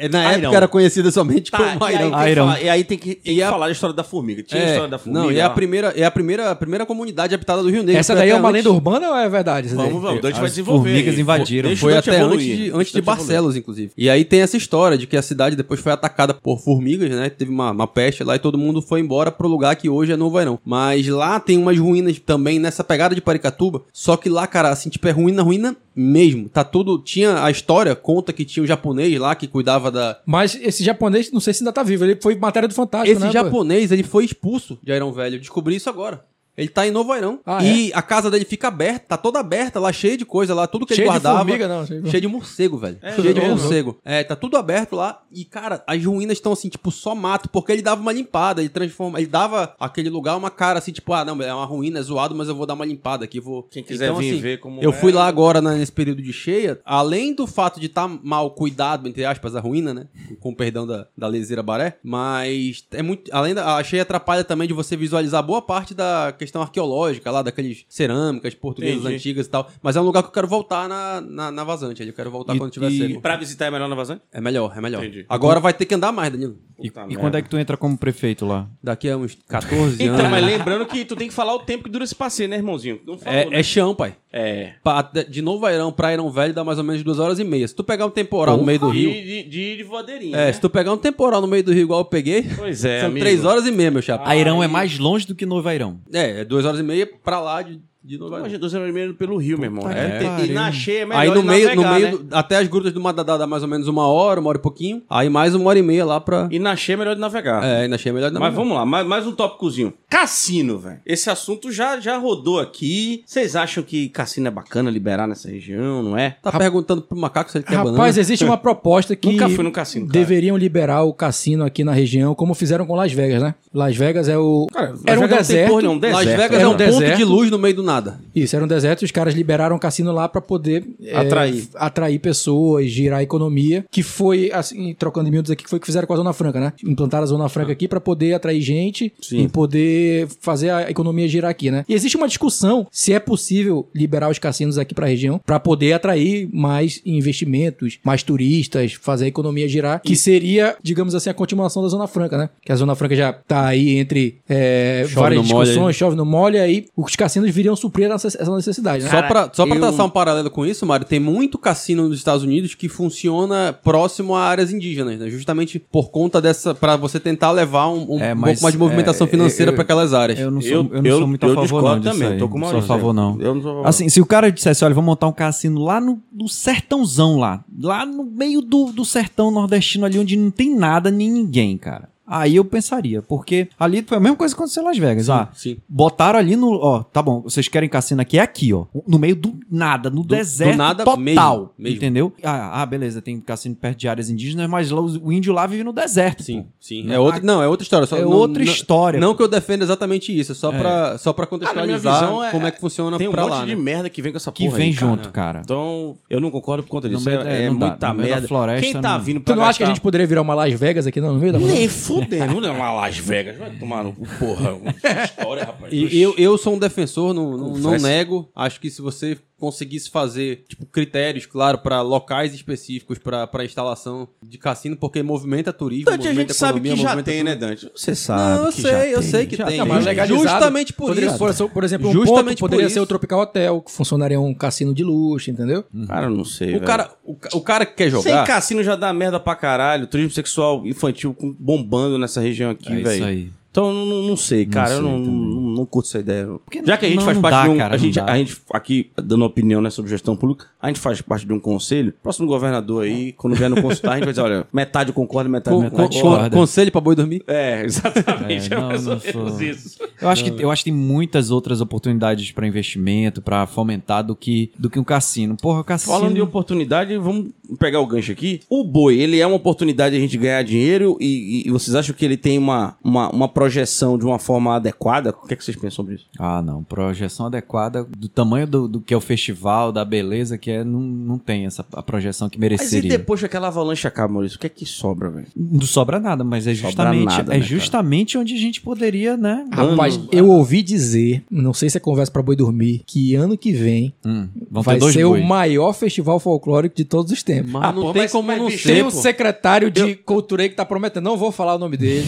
F: É, na
A: Airão.
F: época era conhecida somente
A: Tá,
F: como
A: e aí tem
F: Airão.
A: que
C: Airão.
A: falar- E aí tem que, tem
F: E
A: que
F: a-
A: falar da história da formiga. Tinha a
F: É,
A: história da formiga.
F: Não, e é a
A: lá.
F: primeira, é a primeira, a primeira comunidade habitada do Rio Negro.
D: Essa
F: Foi
D: daí é
F: até
D: uma
F: antes-
D: lenda urbana ou é verdade? essa daí?
A: Vamos, vamos. O Dante vai
C: As
A: desenvolver.
C: formigas
A: aí.
C: invadiram.
A: Deixa o
F: Foi
A: Dante
F: até antes
A: evoluir.
F: de,
A: Deixa
F: antes
A: o
F: de
A: Dante evoluir.
F: Barcelos, inclusive. E aí tem essa história de que a cidade depois foi atacada por formigas, né? Teve uma, uma peste lá e todo mundo foi embora pro lugar que hoje é Novo Airão. Mas lá tem umas ruínas também nessa pegada de Paricatuba. Só que lá, cara, assim, tipo, é ruína, ruína mesmo. Tá tudo. Tinha a história, conta que tinha um japonês lá que cuidava da,
D: Mas esse japonês, não sei se ainda tá vivo. Ele foi matéria do Fantástico,
F: Esse
D: né? pô?
F: japonês, ele foi expulso de Airão Velho. Eu descobri isso agora. Ele tá em Novo Airão.
D: Ah,
F: e a casa dele fica aberta, tá toda aberta lá, cheia de coisa lá, tudo que
D: Cheio
F: ele
D: de
F: guardava.
D: formiga, né, não, cheio de-
F: Cheio de morcego, velho.
A: É,
F: cheio de
A: é mesmo?
F: morcego. É, tá tudo aberto lá. E, cara, as ruínas estão assim, tipo, só mato, porque ele dava uma limpada, ele transforma. Ele dava aquele lugar uma cara assim, tipo, ah, não, é uma ruína, é zoado, mas eu vou dar uma limpada aqui. Vou...
A: Quem quiser vir ver como
F: Então, assim, Eu
A: é.
F: fui lá agora né, nesse período de cheia, além do fato de estar mal cuidado, entre aspas, a ruína, né? Com o perdão da, da leseira baré, mas é muito. Além da. A cheia atrapalha também de você visualizar boa parte da questão arqueológica lá, daqueles cerâmicas portuguesas
A: Entendi.
F: antigas e tal. Mas é um lugar que eu quero voltar na, na, na vazante. ali, Eu quero voltar
C: E-
F: quando tiver
C: e-
F: seco.
A: Pra visitar é melhor na vazante?
F: É melhor, é melhor.
A: Entendi.
F: Agora vai ter que andar mais, Danilo.
C: E,
A: Puta
C: e
A: merda.
C: quando é que tu entra como prefeito lá?
F: Daqui a uns 14 anos.
A: Então, mas lembrando que tu tem que falar o tempo que dura esse passeio, né, irmãozinho? Não falou,
F: É,
A: né?
F: é chão, pai.
A: É.
F: Pa- De novo Airão pra Airão Velho dá mais ou menos duas horas e meia. Se tu pegar um temporal no meio do rio.
A: De, de, de, de voadeirinha.
F: É,
A: né?
F: se tu pegar um temporal no meio do rio igual eu peguei,
A: Pois é,
F: são
A: amigo. Ah,
F: três horas e meia, meu chapa.
C: Airão é mais longe do que Novo Airão.
F: É, é duas horas e meia pra lá de, de Nova York.
A: Imagina, 12 horas tá e meia pelo rio, meu irmão.
C: Puta
A: É,
C: que
A: tem-
C: pariu.
A: e na cheia é melhor
F: Aí no
A: ir
F: meio, no
A: navegar,
F: meio,
A: né?
F: do- até as grutas do Madadá dá mais ou menos uma hora, uma hora e pouquinho. Aí mais uma hora e meia lá pra.
A: E na cheia é melhor de navegar.
F: É, ainda achei melhor.
A: Mas vamos lá, mais, mais um tópicozinho. Cassino, velho. Esse assunto já, já rodou aqui. Vocês acham que cassino é bacana liberar nessa região, não é?
F: Tá perguntando pro macaco se ele quer
D: Rapaz,
F: banana.
D: existe uma proposta que
A: Nunca fui no cassino, cara.
D: deveriam liberar o cassino aqui na região, como fizeram com Las Vegas, né? Las Vegas é o
A: Cara,
D: era um deserto.
A: Não, tem porra nenhuma,
F: Las
A: deserto,
F: Vegas
A: né?
F: é
D: era
F: um
D: um
F: ponto
D: deserto.
F: de luz no meio do nada.
D: Isso, era um deserto, e os caras liberaram o cassino lá pra poder é,
A: Atrair.
D: f- atrair pessoas, girar a economia, que foi assim, trocando em miúdos aqui, que foi o que fizeram com a Zona Franca, né? Implantaram a Zona Franca aqui pra poder atrair gente
A: Sim.
D: e poder fazer a economia girar aqui, né? E existe uma discussão se é possível liberar os cassinos aqui pra região pra poder atrair mais investimentos, mais turistas, fazer a economia girar, que seria, digamos assim, a continuação da Zona Franca, né? Que a Zona Franca já tá aí entre é,
F: Chove
D: várias
F: não molha,
D: discussões, chove no molha, aí os cassinos viriam suprir essa essa necessidade, né?
F: Só pra, só pra
A: eu-
F: traçar um paralelo com isso, Mário, tem muito cassino nos Estados Unidos que funciona próximo a áreas indígenas, né? Justamente por conta dessa. Pra você tentar levar um, um
C: É, mas,
F: pouco mais de movimentação
C: é,
F: financeira
C: eu-
F: pra aquelas áreas.
C: Eu não sou, eu, não sou muito a
A: eu
C: favor,
A: discordo
C: não. Disso
A: também,
C: aí.
A: tô com né?
C: Não
A: uma
C: sou a favor, não.
A: Eu não sou a favor.
C: Assim, se o cara dissesse, olha, vou montar um cassino lá no, no sertãozão lá, lá no meio do, do sertão nordestino ali, onde não tem nada nem ninguém, cara. Aí eu pensaria, porque ali foi a mesma coisa que aconteceu em Las Vegas. ah,
F: sim.
C: botaram ali no, ó, tá bom, vocês querem cassino aqui, é aqui, ó, no meio do nada, no deserto
F: do nada
C: total,
F: mesmo, mesmo.
C: entendeu? Ah, ah, beleza, tem cassino perto de áreas indígenas, mas lá, o índio lá vive no
A: Assim,
C: deserto,
F: Sim,
C: pô.
F: sim. É outra, não, é outra história. só
C: É
F: não-
C: outra
F: não-
C: história.
F: Não que eu defenda exatamente isso, é só, pra, só pra contextualizar
A: Ah, na minha visão, é-
F: como é que funciona
A: Tem um
F: pra
A: monte
F: lá,
A: de
F: né?
A: merda que vem com essa
C: que
A: porra
C: vem
A: aí, cara.
C: junto, cara.
A: Então, eu não concordo por conta disso.
C: meio-
A: é,
C: é,
A: é
C: não dá.
A: muita
C: No meio da
A: merda.
C: floresta,
A: Quem tá
C: não-
A: vindo pra
D: Tu não acha que a
A: gastar-
D: gente poderia virar uma Las Vegas aqui não, no meio da
A: Nem fudendo, não é uma Las Vegas. Vai tomar no cu, porra. Que história, rapaz.
F: E eu, eu sou um defensor, não, não, não
A: Confesso.
F: nego. Acho que se você conseguisse fazer tipo, critérios, claro, pra locais específicos pra pra instalação de cassino, porque movimenta turismo,
A: Dante, a
F: movimenta
A: gente sabe
F: economia,
A: que já
F: movimenta
A: tem,
F: tudo.
A: né, Dante? Você sabe
F: Não, eu
A: que já
F: sei, eu
A: tem. né?
F: sei que
A: Já tá
F: tem. é
D: Não, mas legalizado,
F: Justamente por
D: poderia
F: isso.
D: Por, exemplo, por exemplo, um
F: Justamente
D: ponto
F: por
D: poderia
F: isso.
D: ser o Tropical Hotel, que funcionaria um cassino de luxo, entendeu?
A: um Cara, eu não sei,
F: O
A: velho.
F: cara, o, ca- o cara que quer
A: Sem
F: jogar.
A: cassino já dá merda pra caralho. Turismo sexual infantil com- bombando nessa região aqui,
C: É isso
A: velho.
C: aí.
A: Então, eu não, não sei, cara.
C: sei
A: eu não,
C: também.
A: não, não curto essa ideia. não.
C: Porque
A: Já que a gente
C: não-
A: faz
C: não
A: parte
C: dá,
A: de um...
C: cara,
A: a,
C: não
A: gente,
C: dá.
A: a gente, aqui, dando opinião né, sobre gestão pública, a gente faz parte de um conselho. Próximo governador aí, quando vier no consultar, a gente vai dizer, olha, metade concorda, metade
F: con-
A: não
F: con-
A: concorda.
C: discorda.
F: conselho pra boi dormir?
A: É, exatamente.
C: É, não,
A: é mais
C: não
A: ou menos
C: sou.
A: isso.
C: Eu acho, que, eu acho que tem muitas outras oportunidades pra investimento, pra fomentar do que, do que um cassino. Porra, o cassino.
A: Falando de oportunidade, vamos pegar o gancho aqui. O boi, ele é uma oportunidade de a gente ganhar dinheiro e, e- e vocês acham que ele tem uma, uma, uma projeção de uma forma adequada? O que, é que vocês pensam sobre isso?
C: Ah, não. Projeção adequada do tamanho do, do que é o festival, da beleza que é, não, não tem essa a projeção que
A: Mas e
C: mereceria.
A: depois que aquela avalanche acaba, Maurício? O que é que sobra, velho?
C: Não sobra nada, mas é
A: Sobra
C: justamente,
A: nada,
C: é
A: né, Ah,
C: justamente onde a gente poderia, né?
D: Rapaz,
A: Mano,
D: eu ouvi dizer, não sei se é conversa pra boi dormir, que ano que vem
C: Hum, vão
D: vai
C: ter dois
D: ser
C: boi.
D: o maior festival folclórico de todos os tempos.
F: Mas não tem como não
D: bicho,
F: ser,
D: Tem um
F: Hum. pô.
D: secretário de cultura aí que tá prometendo, não vou falar o nome dele.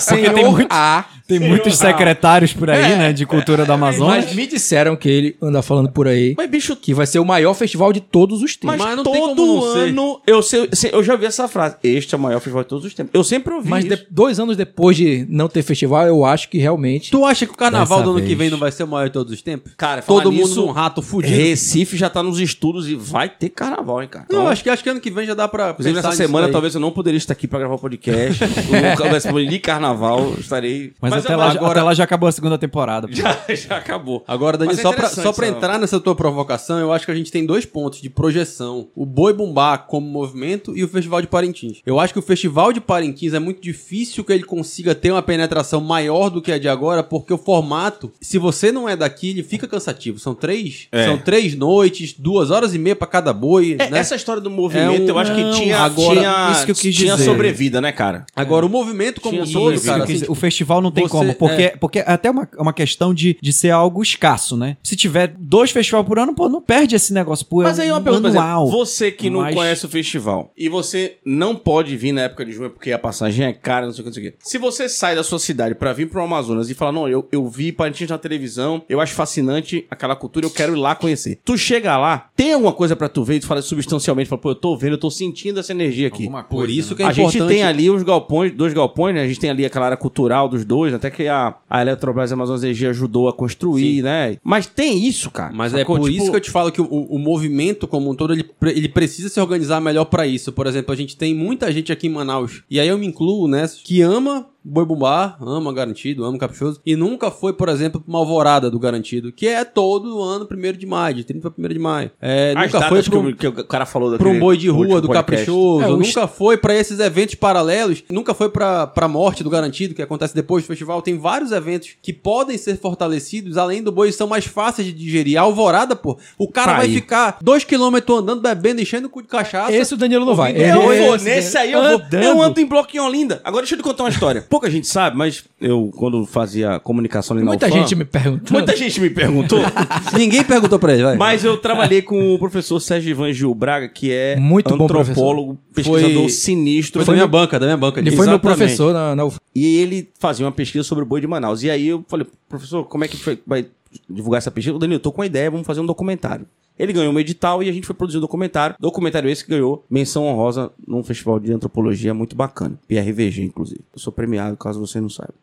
D: Senhor
C: tem muito-
D: A.
C: Tem muitos secretários por aí,
A: É.
C: né? De cultura da Amazônia.
D: Mas me disseram que ele anda falando por aí
A: Mas, bicho,
D: que vai ser o maior festival de todos os tempos.
A: mas,
F: Mas não tem como
A: todo
F: não ser.
A: ano eu, sei- sei- eu já vi essa frase. Este é o maior festival de todos os tempos. Eu sempre ouvi
D: Mas
A: isso.
D: de- dois anos depois de não ter festival, eu acho que realmente.
F: Tu acha que o carnaval
C: Dessa
F: do ano que
C: vez.
F: vem não vai ser o maior de todos os tempos?
A: Cara,
F: Todo
A: falar
F: mundo
A: nisso,
F: um rato fudido.
A: Recife já tá nos estudos e vai ter carnaval, hein, cara?
F: Não,
A: Então,
F: acho que, acho que ano que vem já dá pra.
A: Inclusive,
F: pensar
A: nessa
F: nisso
A: semana,
F: daí.
A: talvez eu não poderia estar aqui pra gravar o podcast. Eu de carnaval, estarei.
C: Mas, até,
A: eu-
C: lá, já-
A: agora
C: até lá já acabou a segunda temporada. pô.
A: já, já acabou.
F: Agora, Dani,
A: Mas é
F: só, pra,
A: interessante
F: só pra
A: essa-
F: entrar nessa tua provocação, eu acho que a gente tem dois pontos de projeção. O Boi Bumbá como movimento e o Festival de Parintins. Eu acho que o Festival de Parintins é muito difícil que ele consiga ter uma penetração maior do que a de agora, porque o formato, se você não é daqui, ele fica cansativo. São três,
A: É.
F: são três noites, duas horas e meia pra cada boi,
A: É,
F: né?
A: Essa história do movimento,
F: É um-
A: eu acho que
C: Não,
A: tinha,
C: agora,
A: tinha,
C: isso que eu quis
A: tinha
C: dizer.
A: sobrevida, né, cara?
F: Agora, o movimento como
A: Tinha
F: um
A: tudo
F: todo,
A: isso,
F: cara,
C: Quer
F: assim,
C: dizer, o festival não tem
F: você-
C: como, porque
F: é.
C: é, porque é até uma, uma questão de, de ser algo escasso, né? Se tiver dois festivais por ano, pô, não perde esse negócio. Pô,
A: Mas
C: é
A: aí é uma
C: um
A: pergunta, por exemplo,
C: anual.
A: você que não
C: Mas-
A: conhece o festival e você não pode vir na época de junho porque a passagem é cara, não sei o que, não sei o que. Se você sai da sua cidade pra vir pro Amazonas e falar, não, eu, eu vi Parintins na televisão, eu acho fascinante aquela cultura, eu quero ir lá conhecer. Tu chega lá, tem alguma coisa pra tu ver e tu fala substancialmente, fala, pô, eu tô vendo, eu tô sentindo essa energia aqui.
C: Alguma coisa,
F: Por isso que é
A: a
F: importante.
A: gente tem ali os galpões, dois galpões, né? A gente tem ali aquela área cultural dos dois, até que a, a Eletrobras Amazonas Energia ajudou a construir, né? Mas tem isso, cara.
F: Mas
A: Sacou?
F: é por
A: Tipo,
F: isso que eu te falo que o, o o movimento como um todo, ele, pre- ele precisa se organizar melhor pra isso. Por exemplo, a gente tem muita gente aqui em Manaus, e aí eu me incluo, né, que ama Boi Bumbá, ama Garantido, ama Caprichoso, e nunca foi, por exemplo, pra uma alvorada do Garantido, que é todo ano, 1 de maio, de 30 pra 1 de maio. É,
A: As
F: nunca foi
A: datas
F: pra um,
A: que, o- que o cara falou
F: pra um
A: daquele
F: boi de rua
A: último
F: do
A: podcast.
F: Caprichoso,
D: É, o
F: nunca foi pra esses eventos paralelos, nunca foi pra pra morte do garantido que acontece depois do festival. Tem vários eventos que podem ser fortalecidos, além do boi são mais fáceis de digerir. A alvorada, pô, o cara
A: Tá
F: vai
A: aí.
F: ficar dois quilômetros andando, bebendo, enchendo o cu de cachaça.
D: Esse o Danilo não vai.
F: É,
A: Eu
D: Ele-
A: vou
D: esse-
A: nesse aí, eu vou.
D: Andando.
A: Eu ando em bloco em Olinda. Agora deixa eu te contar uma história. Pouca gente sabe, mas eu, quando fazia comunicação ali na
D: Muita
A: UFAM,
D: gente me pergunta.
A: Muita gente me perguntou,
F: Ninguém perguntou pra ele, vai.
A: mas eu trabalhei com o professor Sérgio Ivan Gil Braga, que é
D: Muito bom
A: antropólogo, pesquisador
F: Foi-
A: sinistro.
F: foi da minha banca, da minha banca.
D: Ele foi meu
A: Exatamente.
D: professor na, na UF.
A: E ele fazia uma pesquisa sobre o boi de Manaus. E aí eu falei, professor, como é que foi- vai divulgar essa pesquisa? Danilo, eu tô com uma ideia, vamos fazer um documentário. Ele ganhou um edital e a gente foi produzir um documentário. Documentário esse que ganhou menção honrosa num festival de antropologia muito bacana. PRVG, inclusive. Eu sou premiado, caso você não saiba.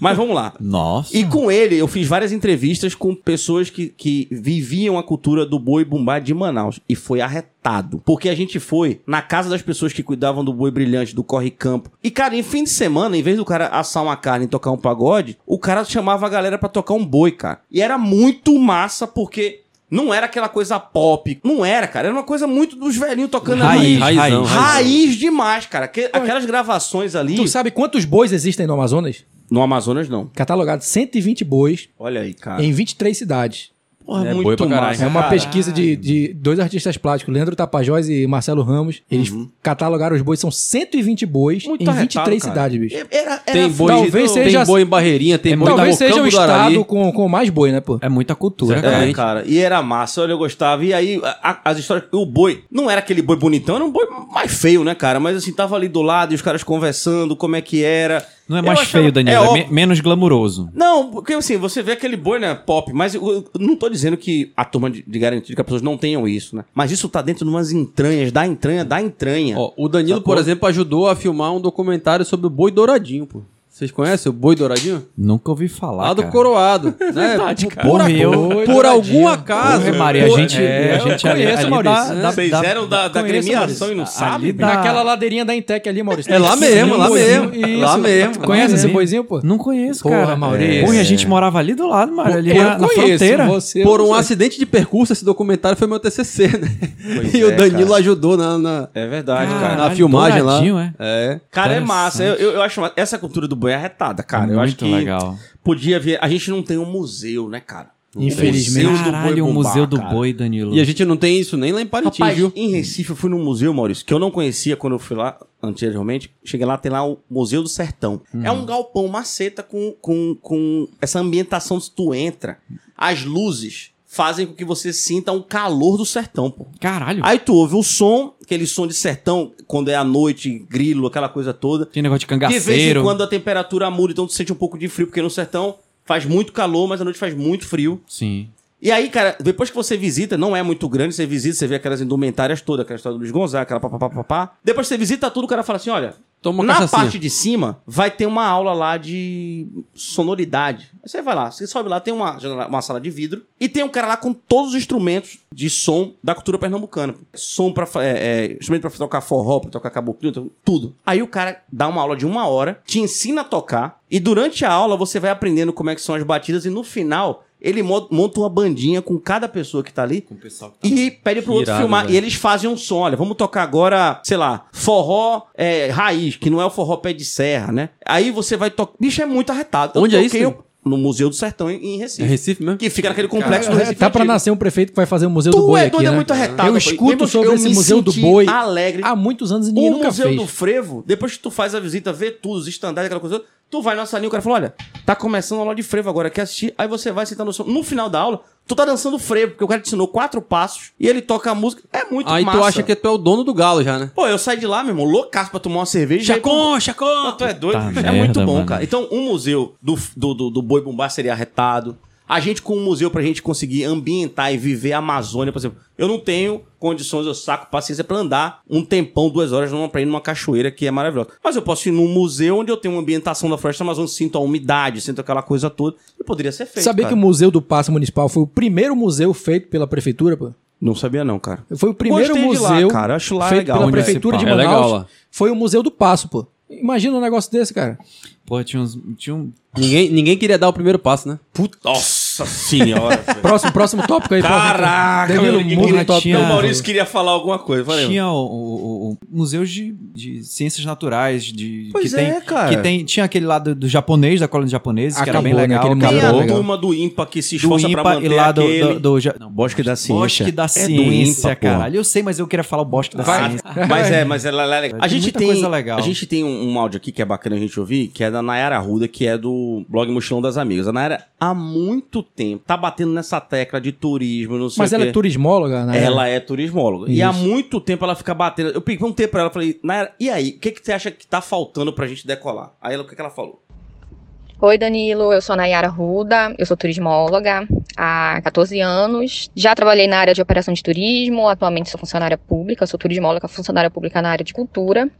A: Mas vamos lá.
C: Nossa.
A: E com ele, eu fiz várias entrevistas com pessoas que, que viviam a cultura do boi bumbá de Manaus. E foi arretado. Porque a gente foi na casa das pessoas que cuidavam do boi brilhante, do corre-campo. E, cara, em fim de semana, em vez do cara assar uma carne e tocar um pagode, o cara chamava a galera pra tocar um boi, cara. E era muito massa, porque. Não era aquela coisa pop. Não era, cara. Era uma coisa muito dos velhinhos tocando
C: Raiz,
A: ali.
C: raizão,
A: raiz. demais, cara. Aque- Aquelas gravações ali.
F: Então,
D: Tu sabe quantos bois existem no Amazonas?
A: No Amazonas, não.
D: Catalogado 120 bois
A: Olha aí, cara.
D: em 23 cidades.
A: Porra,
F: É, boi pra caralho.
A: massa,
D: É uma
A: cara.
D: pesquisa de, de dois artistas plásticos, Leandro Tapajós e Marcelo Ramos. Eles catalogaram os bois, são 120 bois
A: Muito
D: em
A: arretado,
D: 23
A: cara.
D: cidades, bicho.
A: Era, era
F: Tem boi,
D: talvez
F: tem
D: seja- É,
F: boi em barreirinha,
A: É
F: tem boi
D: Talvez
F: no Campo
D: seja o
F: do Arari.
D: estado com, com mais boi, né, pô?
C: É muita cultura,
A: É,
C: cara.
A: cara, e era massa, olha, eu gostava. E aí, a- a- as histórias. O boi, não era aquele boi bonitão, era um boi mais feio, né, cara? Mas assim, tava ali do lado e os caras conversando, como é que era.
C: Não é
A: Eu
C: mais
A: achava-
C: feio, Danilo, é,
A: óbvio.
C: me- menos glamuroso.
A: Não, porque assim, você vê aquele boi, né, pop, mas eu, eu não tô dizendo que a turma de, de garantia que as pessoas não tenham isso, né? Mas isso tá dentro de umas entranhas, da entranha, da entranha.
F: Ó, o Danilo,
A: Sacou?
F: por exemplo, ajudou a filmar um documentário sobre o Boi Douradinho, pô. Vocês conhecem o Boi Douradinho?
C: Nunca ouvi falar,
F: Lá do
C: cara.
F: Coroado. né?
A: verdade,
F: Por-
A: cara.
F: Por,
C: Porra, eu-
F: por
D: Douradinho.
F: algum acaso.
C: Porra, Maria, a
A: um
F: por-
C: gente,
F: é,
C: a gente
D: eu
C: ali,
D: conheço,
C: ali
D: Maurício,
C: dá-
D: né?
C: dá-
A: Vocês
C: dá-
A: eram da, da
D: Conheço,
A: gremiação e não
C: Ali
A: sabem?
C: dá-
D: Naquela ladeirinha da Intec ali, Maurício.
F: É lá
D: Tem
F: mesmo,
D: um
F: lá
D: boizinho.
F: mesmo, lá mesmo, lá
D: Conhece esse
C: mesmo.
D: boizinho, pô?
C: Não conheço,
D: Porra,
C: cara.
D: Maurício.
C: Porra, e a gente morava ali do lado, mano, ali
D: Pô,
C: na, na fronteira.
D: Você,
F: por um
D: eu-
F: acidente de percurso, esse documentário foi meu TCC, né?
A: Pois
F: e o
A: é,
F: Danilo
A: cara.
F: ajudou na, na,
A: É verdade,
C: Caralho,
A: cara.
F: na filmagem lá.
C: douradinho, Ah, é.
F: É.
A: Cara, é massa. Eu,
C: Interessante.
A: eu, eu acho massa. essa cultura do boi é arretada, cara. eu acho
C: Muito
A: que
C: legal.
A: Podia ver. A gente não tem um museu, né, cara?
D: Infelizmente.
A: Museu do Boi
C: Caralho, o
A: Bumbá,
C: Museu do
A: cara.
C: Boi, Danilo.
F: E a gente não tem isso nem lá em Parintins,
A: Rapaz,
F: viu?
A: em Recife eu fui num museu, Maurício, que eu não conhecia quando eu fui lá anteriormente. Cheguei lá, tem lá o Museu do Sertão.
C: Uhum.
A: É um galpão maceta com, com, com essa ambientação se tu entra. As luzes fazem com que você sinta um calor do sertão, pô.
C: Caralho.
A: Aí tu ouve o som, aquele som de sertão, quando é a noite, grilo, aquela coisa toda.
C: Tem negócio de
A: De vez em
C: cangaceiro.
A: quando a temperatura muda, então tu sente um pouco de frio, porque no sertão faz muito calor, mas à noite faz muito frio.
C: Sim.
A: E aí, cara, depois que você visita, não é muito grande, você visita, você vê aquelas indumentárias todas, aquela história do Luiz Gonzaga, aquela papapá. Depois que você visita tudo, o cara fala assim: olha,
F: Toma uma
A: na
F: cachaçinha.
A: parte de cima vai ter uma aula lá de sonoridade. Aí você vai lá, você sobe lá, tem uma, janela- uma sala de vidro e tem um cara lá com todos os instrumentos de som da cultura pernambucana. Som pra. fa- É, é, instrumento pra tocar forró, pra tocar caboclinho, to- tudo. Aí o cara dá uma aula de uma hora, te ensina a tocar e durante a aula você vai aprendendo como é que são as batidas e no final. Ele mo- monta uma bandinha com cada pessoa que tá ali e pede pro outro
F: Irado,
A: filmar.
F: velho.
A: E eles fazem um som. Olha, vamos tocar agora, sei lá, forró é, raiz, que não é o forró pé de serra, né? Aí você vai tocar. Bicho, é muito arretado.
F: Onde é isso,
A: toquei No Museu do Sertão, em, em
F: É
A: Recife.
F: Recife mesmo?
A: Que fica naquele complexo do Recife.
D: Tá pra
A: Antigo.
D: nascer um prefeito que vai fazer o Museu do
A: Tu
D: Boi
A: é
D: aqui,
A: doido, é
D: né?
A: muito arretado.
D: Eu
A: falei,
D: escuto
A: lembra-
D: sobre
A: eu
D: esse
A: me
D: Museu do
A: senti
D: Boi
A: alegre.
D: há muitos anos e ninguém
A: O
D: nunca
A: Museu
D: fez.
A: do Frevo, depois que tu faz a visita, vê tudo, os estandartes, aquela coisa toda, tu vai na salinha, o cara fala, olha, tá começando a aula de frevo agora, quer assistir? Aí você vai sentar no som. No final da aula, tu tá dançando frevo, porque o cara te ensinou quatro passos e ele toca a música. É muito
F: Aí
A: massa.
F: tu acha que tu é o dono do galo já, né?
A: Pô, eu saí de lá, meu irmão, loucaço pra tomar uma cerveja. Chacon, chacon! Tu é doido?
C: Puta
A: é
C: merda,
A: muito bom,
C: mano.
A: cara. Então, um museu do, do, do, do Boi Bumbá seria arretado. A gente com um museu pra gente conseguir ambientar e viver a Amazônia, por exemplo. Eu não tenho condições, eu saco paciência pra andar um tempão, duas horas numa, pra ir numa cachoeira que é maravilhosa. Mas eu posso ir num museu onde eu tenho uma ambientação da floresta amazônica, sinto a umidade, sinto aquela coisa toda. E poderia ser feito.
D: Sabia
A: cara.
D: que o Museu do Passo Municipal foi o primeiro museu feito pela prefeitura, pô?
A: Não sabia, não, cara.
D: Foi o primeiro
A: Gostei de lá,
D: museu
A: cara. Acho lá
D: feito
A: legal.
D: pela
C: Municipal.
D: prefeitura de
F: É
D: Manaus.
F: legal lá.
D: Foi o Museu do Passo, pô. Imagina um negócio desse, cara.
C: Pô, tinha, uns, tinha um...
F: Ninguém, ninguém queria dar o primeiro passo, né?
A: Puta, nossa senhora. velho.
D: Próximo, próximo tópico aí, por favor.
A: Caraca,
D: Danilo,
A: velho, que
D: muda o
C: bonitinho.
D: tópico.
A: Então,
C: Ah,
A: o Maurício queria falar alguma coisa. Valeu.
C: Tinha o, o, o- o Museu de, de Ciências Naturais, de,
A: Pois
C: que,
A: é,
C: tem,
A: cara.
C: que tem tinha aquele lá do, do japonês, da colônia japonesa, que era bem
D: Acabou, né?
C: legal.
D: Aquele
A: Tem
D: Acabou,
A: a
D: legal.
A: turma do IMPA que se
C: um- do
A: esforça pra
C: IMPA e
A: manter
C: lá do,
A: aquele...
C: do, do, ja- não,
A: Bosque da
C: Bosque da
A: É do
C: Ciência,
A: IMPA, porra.
C: caralho. Eu sei, mas eu queria falar o Bosque da Ciência.
A: Ah, mas é, mas ela é legal. A
C: Tem
A: gente
C: muita
A: tem,
C: coisa legal.
A: A gente tem um, um áudio aqui que é bacana a gente ouvir, que é da Nayara Arruda, que é do blog Mochilão das Amigas. A Nayara, há muito tempo, tá batendo nessa tecla de turismo, não sei
D: Mas
A: o
D: ela
A: quê.
D: é turismóloga, né?
A: Ela é turismóloga. E
D: Isso.
A: há muito tempo ela fica batendo. Eu perguntei pra ela, falei, Nayara, e aí, o que, que você acha que tá faltando pra gente decolar? Aí ela, o que, que ela falou?
H: Oi, Danilo. Eu sou a Nayara Ruda. Eu sou turismóloga há 14 anos. Já trabalhei na área de operação de turismo. Atualmente sou funcionária pública. Sou turismóloga, funcionária pública na área de cultura.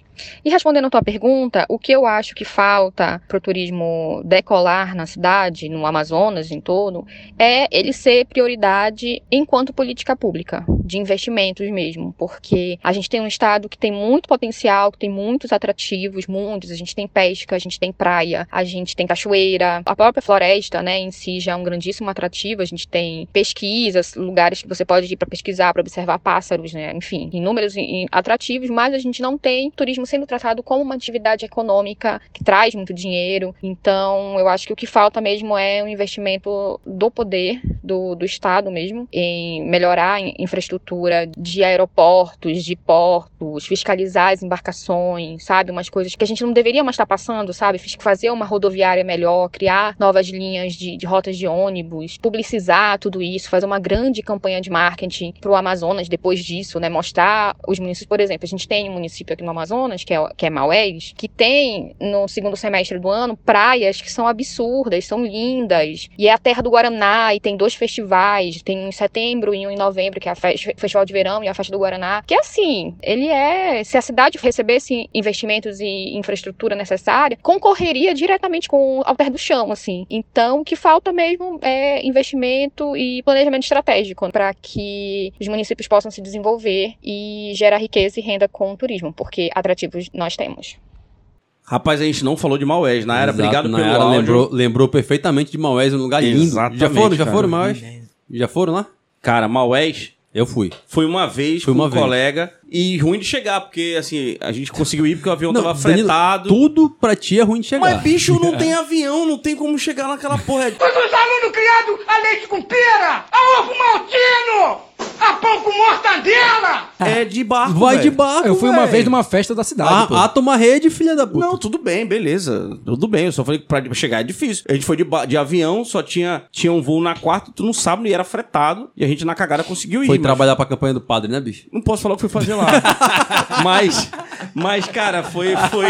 H: E respondendo a tua pergunta, o que eu acho que falta para o turismo decolar na cidade, no Amazonas em todo, é ele ser prioridade enquanto política pública, de investimentos mesmo, porque a gente tem um estado que tem muito potencial, que tem muitos atrativos, muitos, a gente tem pesca, a gente tem praia, a gente tem cachoeira, a própria floresta, né, em si já é um grandíssimo atrativo, a gente tem pesquisas, lugares que você pode ir para pesquisar, para observar pássaros, né, enfim, inúmeros i- i- atrativos, mas a gente não tem turismo sendo tratado como uma atividade econômica que traz muito dinheiro, então eu acho que o que falta mesmo é um investimento do poder do, do Estado mesmo em melhorar a infraestrutura de aeroportos, de portos, fiscalizar as embarcações, sabe? Umas coisas que a gente não deveria mais estar passando, sabe? Fis- Fazer uma rodoviária melhor, criar novas linhas de, de rotas de ônibus, publicizar tudo isso, fazer uma grande campanha de marketing para o Amazonas depois disso, né? Mostrar os municípios, por exemplo, a gente tem um município aqui no Amazonas, que é, que é Maués, que tem no segundo semestre do ano praias que são absurdas, são lindas. E é a terra do Guaraná, e tem dois festivais, tem um em setembro e um em novembro, que é a festa, Festival de Verão e a Festa do Guaraná. Que assim, ele é. Se a cidade recebesse investimentos e infraestrutura necessária, concorreria diretamente com o Alter do Chão, assim. Então, o que falta mesmo é investimento e planejamento estratégico para que os municípios possam se desenvolver e gerar riqueza e renda com o turismo, porque atrativos nós temos.
A: Rapaz, a gente não falou de Maués, Nayara.
F: Exato,
A: Obrigado pelo
F: Nayara
A: áudio.
F: lembrou, lembrou perfeitamente de Maués, um lugar lindo.
A: Exatamente,
F: já foram, já
A: cara.
F: foram, Maués? Já foram lá?
A: Cara, Maués
F: Eu fui.
A: Foi uma vez
F: Fui
A: com
F: uma
A: um
F: vez.
A: colega e ruim de chegar, porque assim, a gente conseguiu ir porque o avião tava
F: Danilo,
A: fretado.
F: tudo pra ti é ruim de chegar.
A: Mas, bicho, não tem avião, não tem como chegar naquela porra. É-
B: Os alunos criados a leite com pera, a ovo maltino, a pão com mortadela.
A: É de barco.
F: Vai de
A: velho.
F: barco,
D: Eu fui uma
F: véi.
D: vez numa festa da cidade, pô.
F: Ah, ata uma rede, filha da puta.
A: Não, tudo bem, beleza. Tudo bem. Eu só falei que pra chegar é difícil. A gente foi de, ba- de avião, só tinha, tinha um voo na quarta, tu não sabe, e era fretado. E a gente na cagada conseguiu ir.
F: Foi
A: mas-
F: trabalhar pra campanha do padre, né, bicho?
A: Não posso falar o que fui fazer lá. mas, mas, cara, foi, foi,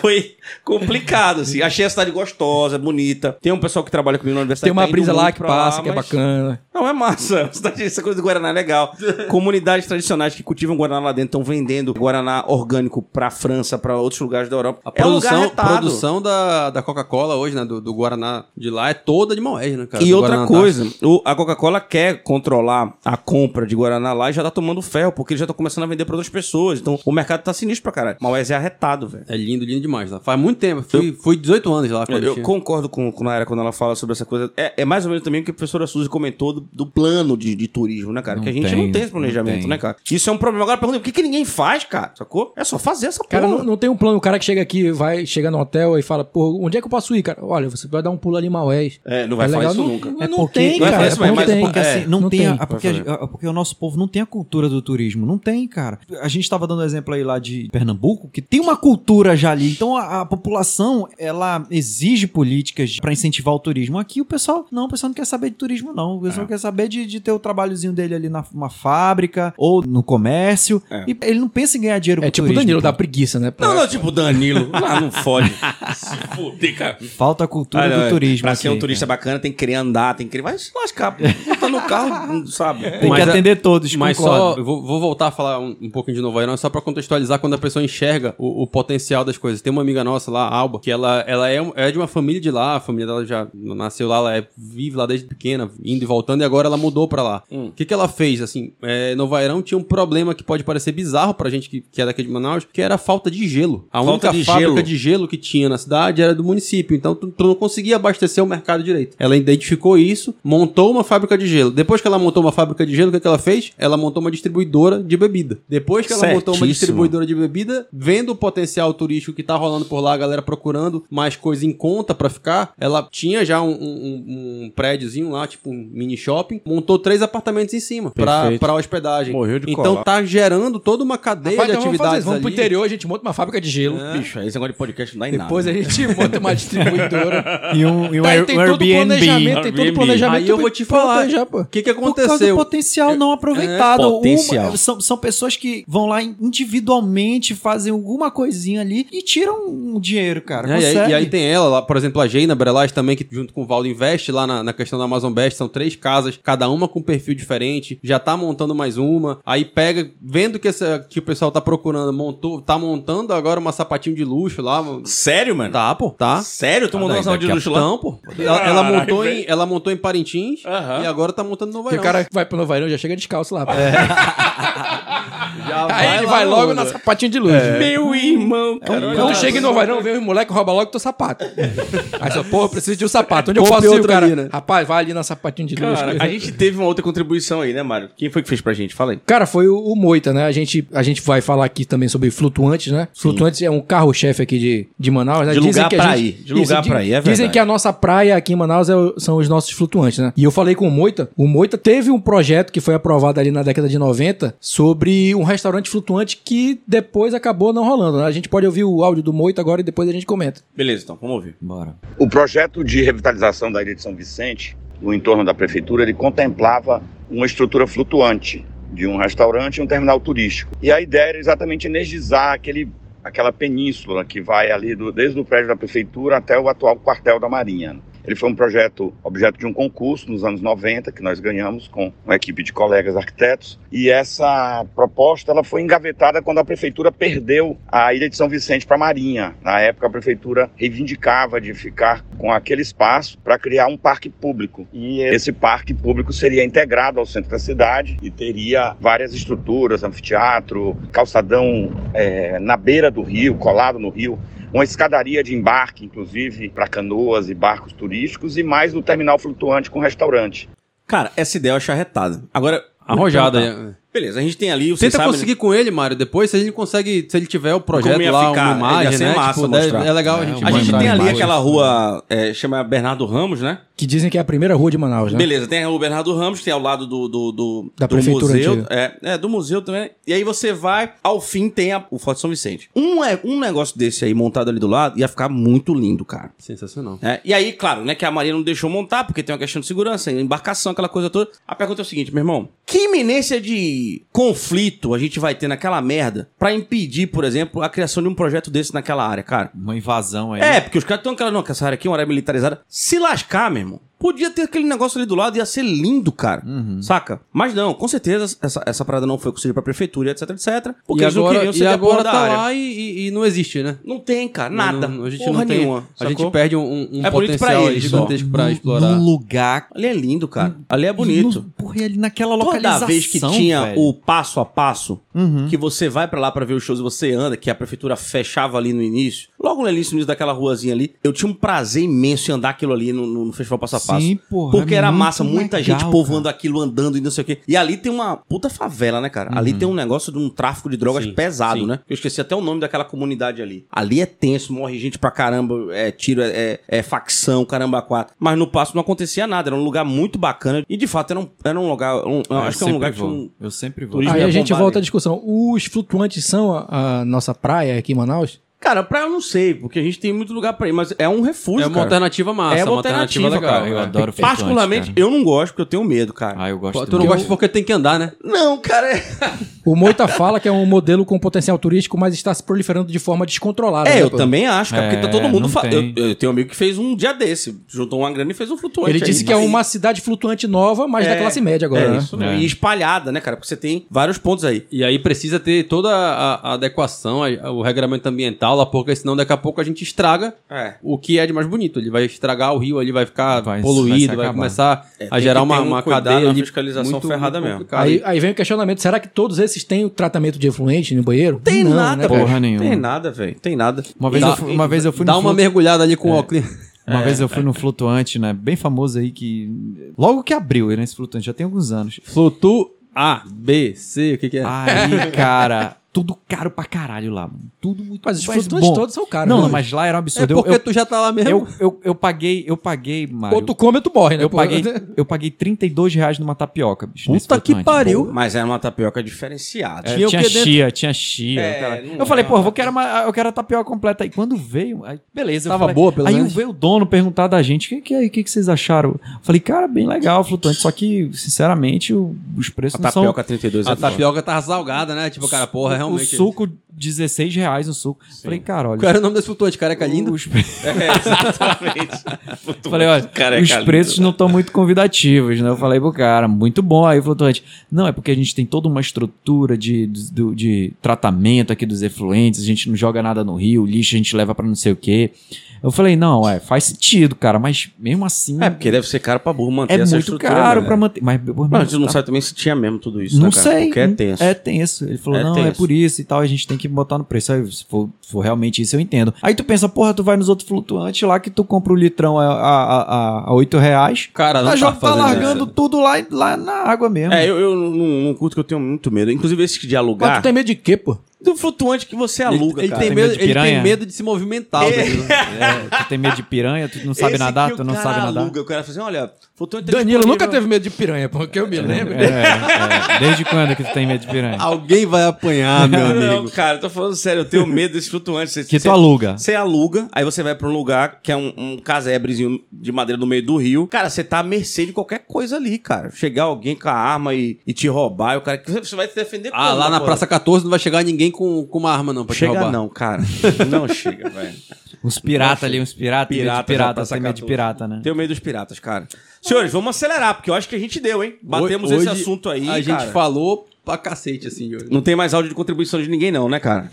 A: foi complicado, assim. Achei a cidade gostosa, bonita. Tem um pessoal que trabalha comigo na universidade.
D: Tem uma
A: tá indo
D: brisa lá
A: muito
D: que
A: pra
D: passa,
A: lá,
D: que é
A: mas-
D: bacana.
A: Não, é massa. Cidade- Essa coisa do Guaraná é legal. Comunidades tradicionais que cultivam Guaraná lá dentro estão vendendo Guaraná orgânico pra França, pra outros lugares da Europa.
F: A
A: é um lugar
F: produção,
A: retado.
F: produção da, da Coca-Cola hoje, né? Do, do Guaraná de lá é toda de Moés, né, cara?
A: E
F: Do
A: outra
F: Guaraná
A: coisa, o- a Coca-Cola quer controlar a compra de Guaraná lá e já tá tomando ferro, porque eles já estão começando a vender pra outras pessoas. Então o mercado tá sinistro pra caralho. Maués é arretado, velho.
F: É lindo, lindo demais lá. Faz muito tempo. Fui, fui 18 anos lá. quando
A: Eu
F: tinha.
A: concordo com, com a Nayara quando ela fala sobre essa coisa. É, é mais ou menos também o que a professora Suzy comentou do, do plano de, de turismo, né, cara?
C: Não
A: que a gente
C: tem,
A: não tem esse
C: não
A: planejamento,
C: tem.
A: né, cara? Isso é um problema. Agora pergunta, por que, que ninguém faz, cara? Sacou? É só fazer essa
D: Cara,
A: porra.
D: não, não tem um plano. O cara que chega aqui, vai, chega no hotel e fala, pô, onde é que eu posso ir, cara? Olha, você vai dar um pulo ali em Maués.
A: É, não vai falar
D: legal.
A: isso
D: Não-
A: nunca.
D: Não,
C: É
D: não
C: porque-
D: tem,
A: não é
D: cara.
A: fácil, mas-
D: não
A: mas
D: tem.
C: Porque assim, não,
D: tipo, é, não
C: tem,
D: tem.
C: a- a- porque,
A: é.
C: a- a- porque o nosso povo não tem a cultura do turismo, não tem, cara. A gente tava dando exemplo aí lá de Pernambuco, que tem uma cultura já ali. Então a, a população, ela exige políticas para incentivar o turismo. Aqui o pessoal, não, o pessoal não quer saber de turismo, não. O
A: É.
C: pessoal quer saber de, de ter o trabalhozinho dele ali na uma fábrica ou no comércio.
A: É.
C: E ele não pensa em ganhar dinheiro
D: É
C: com
D: tipo o
C: turismo, então
D: Danilo
C: pô.
D: da preguiça, né?
A: Não, não, tipo Danilo. Ah, não fode. Se fuder, cara.
C: Falta a cultura
A: Ah, não,
C: do
A: é.
C: turismo. assim,
A: Pra ser um
C: aqui,
A: turista
C: cara.
A: bacana, tem que querer andar, tem que querer. Vai se lascar, pô. Tá no carro, não sabe?
C: Tem
F: Mas
C: que
F: a-
C: atender todos,
F: Mas
C: concordo.
F: só, eu vou, vou voltar a falar um, um pouquinho de novo aí, não, só pra contextualizar quando a pessoa enxerga o, o potencial das coisas. Tem uma amiga nossa lá, Alba, que ela, ela é, um- é de uma família de lá, a família dela já nasceu lá, ela é- vive lá desde pequena, indo e voltando, e agora ela mudou pra lá. Então, O que, que ela fez? Assim, é, Novairão tinha um problema que pode parecer bizarro pra gente que, que é daqui de Manaus, que era a falta de gelo. A
A: Falta
F: única
A: de
F: fábrica
A: gelo.
F: de gelo que tinha na cidade era do município, então tu, tu não conseguia abastecer o mercado direito. Ela identificou isso, montou uma fábrica de gelo. Depois que ela montou uma fábrica de gelo, o que, que ela fez? Ela montou uma distribuidora de bebida. Depois que ela montou uma
A: Certíssimo.
F: distribuidora de bebida, vendo o potencial turístico que tá rolando por lá, a galera procurando mais coisa em conta pra ficar, ela tinha já um, um, um prédiozinho lá, tipo um mini shopping, montou três apartamentos em cima pra,
A: Perfeito.
F: pra hospedagem.
A: Morreu de
F: então
A: colar.
F: tá gerando toda uma cadeia
D: Rapaz,
F: de
D: então vamos fazer
F: atividades
D: isso. Vamos pro
F: ali.
D: interior, a gente monta uma fábrica de gelo.
A: Bicho, esse negócio de podcast não dá em nada.
D: Depois a gente monta uma distribuidora.
C: E um, e um
D: Tá,
C: Air-
D: e tem
C: um
D: todo o
C: Airbnb.
D: planejamento, tem todo o
A: Airbnb.
D: planejamento.
F: Aí eu vou te falar.
D: Já, pô.
F: O que, que
C: Por causa do
F: aconteceu?
C: potencial não aproveitado.
A: É, potencial.
C: Uma- são, são pessoas que vão lá individualmente, fazem alguma coisinha ali e tiram um dinheiro, cara.
F: É, e, aí,
C: Consegue.
F: e aí tem ela, lá, por exemplo, a Geina Brelas também, que junto com o Valdo investe lá na, na questão da Amazon Best, são três casas, cada uma com perfil diferente, já tá montando mais uma, aí pega, vendo que, essa, que o pessoal tá procurando, montou, tá montando agora uma sapatinho de luxo lá.
A: Sério, mano?
F: Tá, pô, tá.
A: Sério? Tu mandou uma sala de
F: Daqui a
A: luxo lá?
F: Não, pô. Ela, ela
A: Caralho,
F: montou em,
A: velho.
F: ela montou em Parintins
A: Aham.
F: e agora tá montando no Nova
D: Porque o
F: York.
D: cara vai pro Novairão já chega descalço lá. pô.
A: É.
F: Já
D: Aí ele vai
F: lá, É.
D: logo
F: mano.
D: na sapatinha de luz.
F: um
A: Meu irmão, cara.
D: Então chega em Novairão, vem os moleques, rouba logo teu sapato. Aí você, porra, eu preciso de um sapato. Onde eu
F: Compre
D: posso ir, o
F: outro
D: cara?
F: ali, né?
D: Rapaz, vai ali na sapatinha de luz.
A: Cara, a gente teve uma outra contribuição aí, né, Mário? Quem foi que fez pra gente? Fala aí.
D: Cara, foi o, o Moita, né? A gente, a gente vai falar aqui também sobre flutuantes, né? Flutuantes é um carro-chefe aqui de, de Manaus, né?
A: De lugar
D: a
A: pra ir. De lugar
D: Isso,
A: pra ir, é
D: Dizem
A: verdade.
D: que a nossa praia aqui em Manaus é o- são os nossos flutuantes, né? E eu falei com o Moita. O Moita teve um projeto que foi aprovado ali na década de 90 sobre um restaurante flutuante que depois acabou não rolando, né? A gente pode ouvir o áudio do Moita agora e depois a gente comenta.
A: Beleza, então, vamos ouvir.
C: Bora.
J: O projeto de revitalização da Ilha de São Vicente, no entorno da prefeitura, ele contemplava uma estrutura flutuante de um restaurante e um terminal turístico. E a ideia era exatamente energizar aquele, aquela península que vai ali do- desde o prédio da prefeitura até o atual quartel da Marinha. Ele foi um projeto objeto de um concurso nos anos 90 que nós ganhamos com uma equipe de colegas arquitetos e essa proposta ela foi engavetada quando a prefeitura perdeu a ilha de São Vicente para a Marinha. Na época a prefeitura reivindicava de ficar com aquele espaço para criar um parque público e esse parque público seria integrado ao centro da cidade e teria várias estruturas, anfiteatro, calçadão eh, na beira do rio, colado no rio uma escadaria de embarque, inclusive, para canoas e barcos turísticos, e mais um terminal flutuante com restaurante.
A: Cara, essa ideia eu acho arretada. Agora,
F: Arrojada.
A: Então
F: é.
A: Beleza, a gente tem ali, você
F: Tenta
A: sabe, né?
F: conseguir com ele, Mário, depois, se a gente consegue, se ele tiver o projeto
A: Como ia
F: lá,
A: ficar,
F: uma
A: ia
F: imagem,
A: ser
F: né?
A: massa
F: Tipo, deve-
A: mostrar.
F: é legal a gente
A: né? A gente
F: mostrar
A: tem ali
F: imagem.
A: aquela rua, é, chama Bernardo Ramos, né?
D: Que dizem que é a primeira rua de Manaus, né?
A: Beleza, tem o Bernardo Ramos, tem ao lado do, do, do,
D: Da
A: do
D: prefeitura
A: museu.
D: antiga.
A: É, é, do museu também. E aí você vai, ao fim tem a- o Forte São Vicente. Um, é, um negócio desse aí montado ali do lado ia ficar muito lindo, cara.
F: Sensacional.
A: É, e aí, claro, né, que a Maria não deixou montar, porque tem uma questão de segurança, embarcação, aquela coisa toda. A pergunta é o seguinte, meu irmão: que iminência de conflito a gente vai ter naquela merda pra impedir, por exemplo, a criação de um projeto desse naquela área, cara?
C: Uma invasão aí.
A: É, porque os caras estão aquela, não, que essa área aqui é uma área militarizada. Se lascar, meu irmão. Podia ter aquele negócio ali do lado, ia ser lindo, cara.
F: Uhum.
C: Uhum.
A: Saca? Mas não, com certeza essa, essa parada não foi conseguida pra prefeitura, etc, etc. Porque
F: e
A: eles
F: agora,
A: não queriam ser
F: e
A: da boa
F: agora
A: da
F: tá
A: área.
F: lá e, e- e não existe, né?
A: Não tem, cara, nada.
F: Não- não- a gente
A: Porra
F: não tem,
A: nenhuma.
F: A gente
A: sacou?
F: perde um, um
A: É bonito pra
F: potencial
A: eles,
F: gigantesco pra explorar.
C: Num lugar.
A: Ali é lindo, cara.
F: Hum,
A: Ali é bonito.
C: No, porra, e ali naquela localização.
A: Toda vez que tinha
C: velho.
A: o passo a passo,
F: Hum?
C: Uhum.
A: que você vai pra lá pra ver os shows e você anda, que a prefeitura fechava ali no início, logo no início, no início daquela ruazinha ali, eu tinha um prazer imenso em andar aquilo ali no, no- no Festival Passo a Passo.
C: Sim, porra,
A: Porque
C: é
A: era
C: muito
A: massa, muita
C: legal,
A: gente povoando
C: cara.
A: aquilo, andando e não sei o quê. E ali tem uma puta favela, né, cara? Ali tem um negócio de um tráfico de drogas
F: Sim,
A: pesado,
F: sim.
A: né? Eu esqueci até o nome daquela comunidade ali. Ali é tenso, morre gente pra caramba, é tiro, é, é facção, caramba, quatro. Mas no passo não acontecia nada, era um lugar muito bacana. E de fato era um, era um lugar. um-
C: Ah, eu
A: acho que é um
C: sempre
A: lugar que tinha
C: vou.
A: um.
C: Eu sempre vou.
A: turismo
D: Aí
A: ia
D: a gente
A: bombar
D: volta à
A: ali.
D: discussão. Os flutuantes são a, a nossa praia aqui em Manaus?
A: Cara, praia eu não sei, porque a gente tem muito lugar pra ir, mas é um refúgio,
F: É uma
A: cara.
F: alternativa massa,
A: É uma alternativa,
F: legal.
A: cara.
C: Ah, Eu
F: é.
C: adoro flutuante,
A: Particularmente,
C: cara.
A: eu não gosto, porque eu tenho medo, cara.
C: Ah, eu gosto.
F: Tu não
C: também.
F: gosta porque tem que andar, né?
A: Não, cara, é...
D: O Moita fala que é um modelo com potencial turístico, mas está se proliferando de forma descontrolada.
A: É,
D: né,
A: eu
D: pô?
A: também acho, cara, porque tá
C: É,
A: todo mundo...
C: não
A: Fa... Eu,
C: tem.
A: eu tenho um amigo que fez um dia desse, juntou uma grana e fez um flutuante.
D: Ele
A: aí,
D: disse que é
A: mas-
D: uma cidade flutuante nova, mas da
A: É,
D: classe média agora,
A: É,
D: né?
A: isso mesmo.
C: É.
A: E espalhada, né, cara, porque você tem vários pontos aí.
F: E aí precisa ter toda a, a adequação, a- o regramento ambiental lá, porque senão daqui a pouco a gente estraga
A: É.
F: o que é de mais bonito. Ele vai estragar o rio ali, vai ficar
C: Vai- vai se
F: poluído, vai,
C: acabar.
F: começar
A: É,
F: a
A: tem
F: gerar
A: que ter
F: uma,
A: um
F: uma
A: cuidado
F: cadeia
A: na
F: de
A: fiscalização ferrada mesmo.
F: complicada.
D: Aí, aí vem o questionamento: será que todos esses têm o tratamento de efluente no banheiro?
A: Tem
D: Não,
A: nada,
D: né,
A: velho.
D: cara?
C: Porra nenhuma.
A: Tem nada, velho. Tem nada.
C: Uma vez,
A: Dá-
C: eu fui, uma vez eu fui
F: Dá
C: no
F: uma
C: flutu-
F: mergulhada ali com o óculos.
C: Uma vez eu fui no flutuante, né? Bem famoso aí que. Logo que abriu né, esse flutuante, já tem alguns anos.
F: Flutu A, B, C, o que que
C: Ah,
F: é?
C: Aí, cara, tudo caro pra caralho lá, mano. Tudo muito
D: Mas os
C: mais
D: flutuantes
C: bom.
D: todos são caros.
C: Não,
D: né?
C: não, mas lá era um
F: é
C: absurdo. Eu-
F: porque tu já tá lá
C: eu,
F: mesmo.
C: eu, eu, eu paguei, eu paguei, Mário.
D: Ou tu come ou tu morre, né?
C: Eu
D: pô?
C: paguei, eu paguei 32 reais numa tapioca, bicho. nesse
F: Puta que
C: flutuante.
F: pariu.
A: Mas é uma tapioca diferenciada.
C: É,
F: Tinha
C: tinha
F: o quê dentro?
C: chia, tinha chia.
A: É,
C: cara.
A: não
C: eu falei,
A: é.
C: pô, eu quero, uma- eu quero a tapioca completa. Aí quando veio, aí, beleza. eu
F: Tava
C: falei-
F: boa, pelo
C: Aí
F: menos?
C: veio o dono perguntar da gente, o que, que, é aí, que, que vocês acharam? Eu falei, cara, bem legal o flutuante, só que, sinceramente, o- os preços
A: A
C: não são...
A: tapioca 32
F: A
A: é foda.
F: tapioca tava salgada, né? Tipo, cara, porra,
C: o
F: realmente.
C: suco, 16 reais o suco. Falei, cara, olha...
F: Qual era o nome desse flutuante? Careca lindo?
C: Os,
A: É, exatamente. é
C: falei, olha,
F: é
C: os preços
F: né?
C: não estão muito convidativos, né? Eu falei pro cara, muito bom aí, o flutuante. Não, é porque a gente tem toda uma estrutura de, de, do- de tratamento aqui dos efluentes, a gente não joga nada no rio, lixo a gente leva pra não sei o quê. Eu falei, não, é, faz sentido, cara, mas mesmo assim
A: É, porque deve ser caro pra burro manter
C: é
A: essa
C: muito
A: estrutura.
C: caro
A: né?
C: pra manter. Mas, pô,
A: Mas a gente não
C: tá-
A: sabe também se tinha mesmo tudo isso,
C: não
A: né, cara?
C: sei.
A: Porque é tenso.
C: É tenso. Ele falou,
A: É
C: não, é
A: tenso.
C: por isso e tal, a gente tem que botar no preço. Aí, se for, se for realmente isso, eu entendo. Aí tu pensa, porra, tu vai nos outros flutuantes lá que tu compra o litrão a, a, a, a 8 reais.
A: Ah,
F: Cara, não
C: Tá,
F: tá,
C: jogo tá
F: fazendo
C: largando
F: isso.
C: tudo lá, lá na água mesmo.
A: É, eu, eu não, não curto que eu tenho muito medo. Inclusive, esse de
D: Mas
A: alugar.
D: tu tem medo de quê, pô?
A: Do flutuante que você aluga,
F: ele, ele,
A: cara.
F: tem
C: Tem
F: medo,
C: medo de
F: ele tem
C: piranha?
F: medo de se movimentar. velho.
C: É, tu tem medo de piranha, tu não sabe
A: Esse
C: nadar,
A: que
C: tu
A: o
C: não
A: cara
C: sabe nadar.
A: Aluga. O cara fala assim: olha, flutuante tá
D: Danilo nunca
A: disponível.
D: teve medo de piranha, pô, que eu me lembro.
C: É, é. Desde quando que tu tem medo de piranha?
A: Ah,
F: Alguém vai apanhar, meu
A: Não,
F: amigo.
A: cara, eu tô falando sério, eu tenho medo desse flutuante. Você-
C: Que
A: você-
C: tu aluga.
A: Você aluga, aí você vai pra um lugar que é um, um casebrezinho de madeira no meio do rio. Cara, você tá à mercê de qualquer coisa ali, cara. Chegar alguém com a arma e, e te roubar, e o cara. Você vai se defender
F: Ah,
A: como, né,
F: lá na
A: pô?
F: Praça 14 não vai chegar ninguém com, com uma arma, não, pra te
A: Chega
F: roubar.
A: não, cara. Não chega, velho.
C: Uns pirata ali, uns pirata, tem medo de
A: Pirata,
C: pirata,
A: já tá
C: tem medo de
A: sacado.
C: pirata, né?
A: Tenho medo dos piratas, cara. Senhores, vamos acelerar, porque eu acho que a gente deu, hein? Batemos
F: Ho-
A: esse
F: hoje
A: assunto aí,
F: A
A: cara.
F: gente falou pra cacete, assim, de hoje.
A: Não tem mais áudio de contribuição de ninguém, não, né, cara?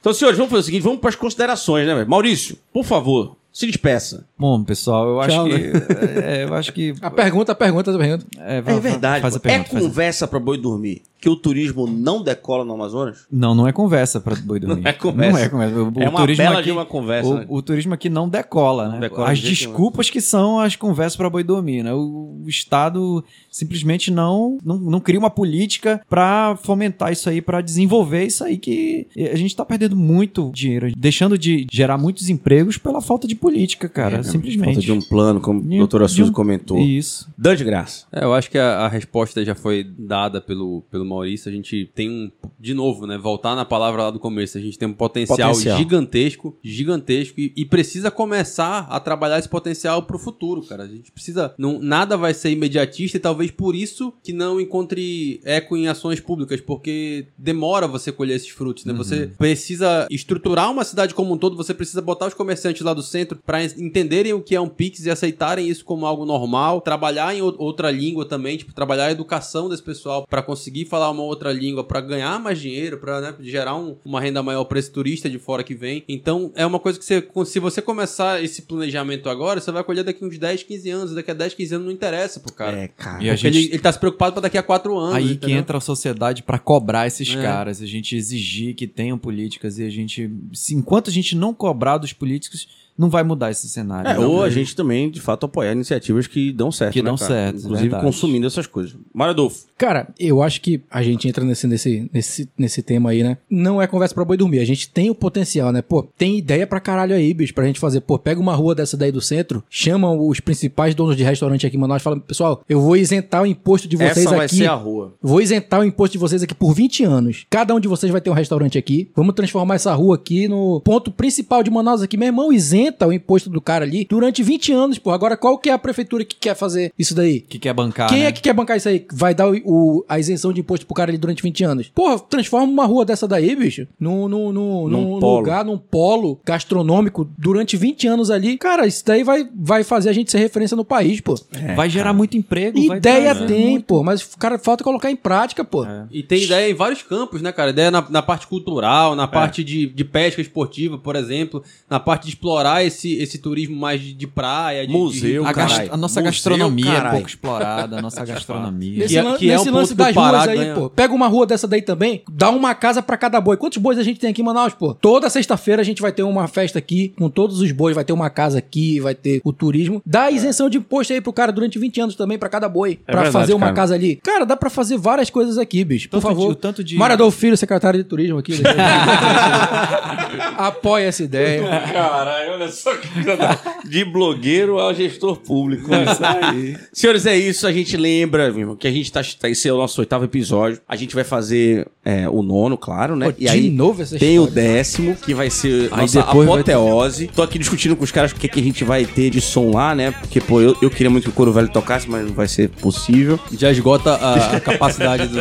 A: Então, senhores, vamos fazer o seguinte: vamos para as considerações, né, velho? Maurício, por favor, Se despeça.
C: Bom, pessoal, eu acho
A: Tchau,
C: que.
A: né?
C: é, eu acho que.
D: A pergunta, a pergunta, a pergunta.
C: É, vai-
A: É
C: vai-
A: verdade.
C: Faz a
A: pô. é
C: pergunta, faz a-
A: conversa pra boi dormir que o turismo não decola no Amazonas?
C: Não, não é conversa pra boi dormir.
A: Não é conversa.
C: Não é conversa. O, o
A: é uma
C: turismo
A: bela
C: aqui,
A: de uma conversa, né?
C: o, o turismo aqui não decola, né?
A: Não decola
C: as
A: de jeito
C: desculpas que são as conversas pra boi dormir, né? O, o Estado simplesmente não, não não cria uma política pra fomentar isso aí, pra desenvolver isso aí que a gente tá perdendo muito dinheiro, deixando de gerar muitos empregos pela falta de política, cara, simplesmente.
A: Falta de um plano, como
C: De-
A: a doutora
C: de
A: Suzy
C: um-
A: comentou.
C: Isso.
A: Dã de graça.
F: É, eu acho que a, a resposta já foi dada pelo, pelo Maurício. A gente tem um. De novo, né? Voltar na palavra lá do começo. A gente tem um potencial,
A: Potencial.
F: gigantesco, gigantesco, e, e precisa começar a trabalhar esse potencial pro futuro, cara. A gente precisa. Não, nada vai ser imediatista e talvez por isso que não encontre eco em ações públicas, porque demora você colher esses frutos, né? Você precisa estruturar uma cidade como um todo, você precisa botar os comerciantes lá do centro para entenderem o que é um Pix e aceitarem isso como algo normal, trabalhar em ou- outra língua também, tipo, trabalhar a educação desse pessoal para conseguir falar uma outra língua, para ganhar mais dinheiro, para gerar um- uma renda maior para esse turista de fora que vem. Então, é uma coisa que você, se você começar esse planejamento agora, você vai colher daqui uns 10, 15 anos. Daqui a 10, 15 anos não interessa pro cara.
A: É, cara.
C: E a
F: Porque
C: gente
F: ele, ele tá se preocupado pra daqui a 4 anos.
C: Aí que
F: entendeu?
C: entra a sociedade pra cobrar esses
F: É.
C: caras, a gente exigir que tenham políticas e a gente, se- enquanto a gente não cobrar dos políticos, não vai mudar esse cenário.
A: É,
C: Não,
A: ou a
C: né?
A: gente também, de fato, apoiar iniciativas que dão certo.
C: Que
A: né,
C: dão
A: cara?
C: certo,
A: Inclusive
C: verdade.
A: consumindo essas coisas. Mário Adolfo.
D: Cara, eu acho que a gente entra nesse, nesse, nesse, nesse tema aí, né? Não é conversa pra boi dormir. A gente tem o potencial, né? Pô, tem ideia pra caralho aí, bicho, pra gente fazer. Pô, pega uma rua dessa daí do centro, chama os principais donos de restaurante aqui em Manaus e fala, pessoal, eu vou isentar o imposto de vocês
A: Essa vai
D: aqui.
A: ser a rua.
D: Vou isentar o imposto de vocês aqui por 20 anos. Cada um de vocês vai ter um restaurante aqui. Vamos transformar essa rua aqui no ponto principal de Manaus aqui. Meu irmão, isenta o imposto do cara ali durante 20 anos, pô. Agora, qual que é a prefeitura que quer fazer isso daí?
C: que quer bancar,
D: Quem
C: né?
D: é que quer bancar isso aí? Vai dar o, o- a isenção de imposto pro cara ali durante 20 anos? Porra, transforma uma rua dessa daí, bicho, num, num,
A: Num
D: num, num
A: polo.
D: lugar, num polo gastronômico durante 20 anos ali. Cara, isso daí vai, vai fazer a gente ser referência no país, pô.
C: vai gerar muito emprego, vai né?
D: Ideia
C: trazer
D: tem,
C: muito-
D: pô, mas o cara falta colocar em prática, pô.
F: E tem ideia em vários campos, né, cara? Ideia na, na parte cultural,
A: É.
F: na parte de, de pesca esportiva, por exemplo, na parte de explorar esse, esse turismo mais de, de praia, de
A: Museu,
F: de,
C: A, gas-
A: Caralho.
C: a nossa
A: Museu,
C: gastronomia é
A: caralho.
C: pouco explorada, a nossa gastronomia.
D: Nesse,
F: Que é-
D: lan-
F: que é
D: nesse
F: um ponto
D: lance
F: do
D: das
F: Pará
D: ruas aí,
F: ganha-
D: pô. Pega uma rua dessa daí também, dá uma casa pra cada boi. Quantos bois a gente tem aqui em Manaus, pô? Toda sexta-feira a gente vai ter uma festa aqui com todos os bois, vai ter uma casa aqui, vai ter o turismo.
F: É.
D: Dá isenção de imposto aí pro cara durante 20 anos também pra cada boi, pra
A: É verdade,
D: fazer uma
A: cara.
D: casa ali. Cara, dá pra fazer várias coisas aqui, bicho. Por
C: Tanto de-
D: favor.
C: o tanto de-
D: Mário Adolfo Filho, secretário de turismo aqui. né? Apoia essa ideia.
A: Caralho, olha só que coisa da- De blogueiro ao gestor público.
F: É.
A: olha Isso aí. Senhores, é isso. A gente lembra, meu irmão, que a gente tá. tá- Esse é o nosso oitavo episódio. A gente vai fazer é, o nono, claro, né?
D: Pô, de novo essa
A: tem o
D: história.
A: décimo, que vai ser
C: Aí
A: nossa
C: depois vai
A: apoteose. Tô aqui discutindo com os caras o que, que a gente vai ter de som lá, né? Porque, pô, eu, eu queria muito que o Coro Velho tocasse, mas não vai ser possível.
F: Já esgota a, a capacidade do.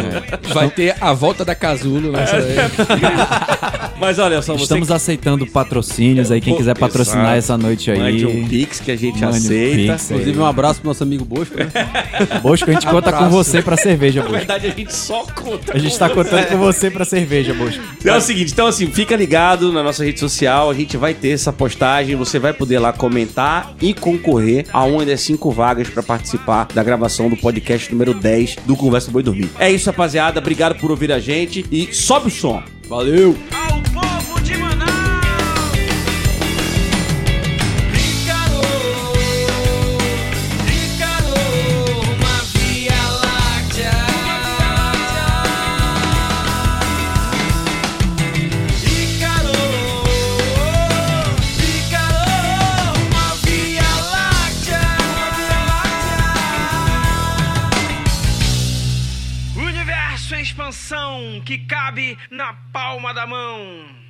D: Vai ter a volta da Casulo
F: É.
D: nessa
A: Mas olha só, você É
C: Estamos aceitando patrocínios aí, quem
A: Pô,
C: quiser patrocinar
A: exato.
C: essa noite aí.
A: Mande um pix que a gente
C: Mande um
A: aceita.
C: pix aí.
F: Inclusive, um abraço pro nosso amigo Bosco, né?
C: Bosco, a gente conta com você pra cerveja,
A: Na
C: Bosco.
A: verdade, a gente só conta.
C: A gente tá contando com você pra cerveja, Bosco.
A: Então é o seguinte, então assim, fica ligado na nossa rede social, a gente vai ter essa postagem, você vai poder lá comentar e concorrer a uma das cinco vagas pra participar da gravação do podcast número 10 do Conversa Boi Dormir. É isso, rapaziada, obrigado por ouvir a gente e sobe o som.
F: Valeu!
B: Ao povo de Manaus! Tricolor, tricolor, uma via láctea. Tricolor, tricolor, uma via láctea. Universo em expansão que cabe na palma da mão.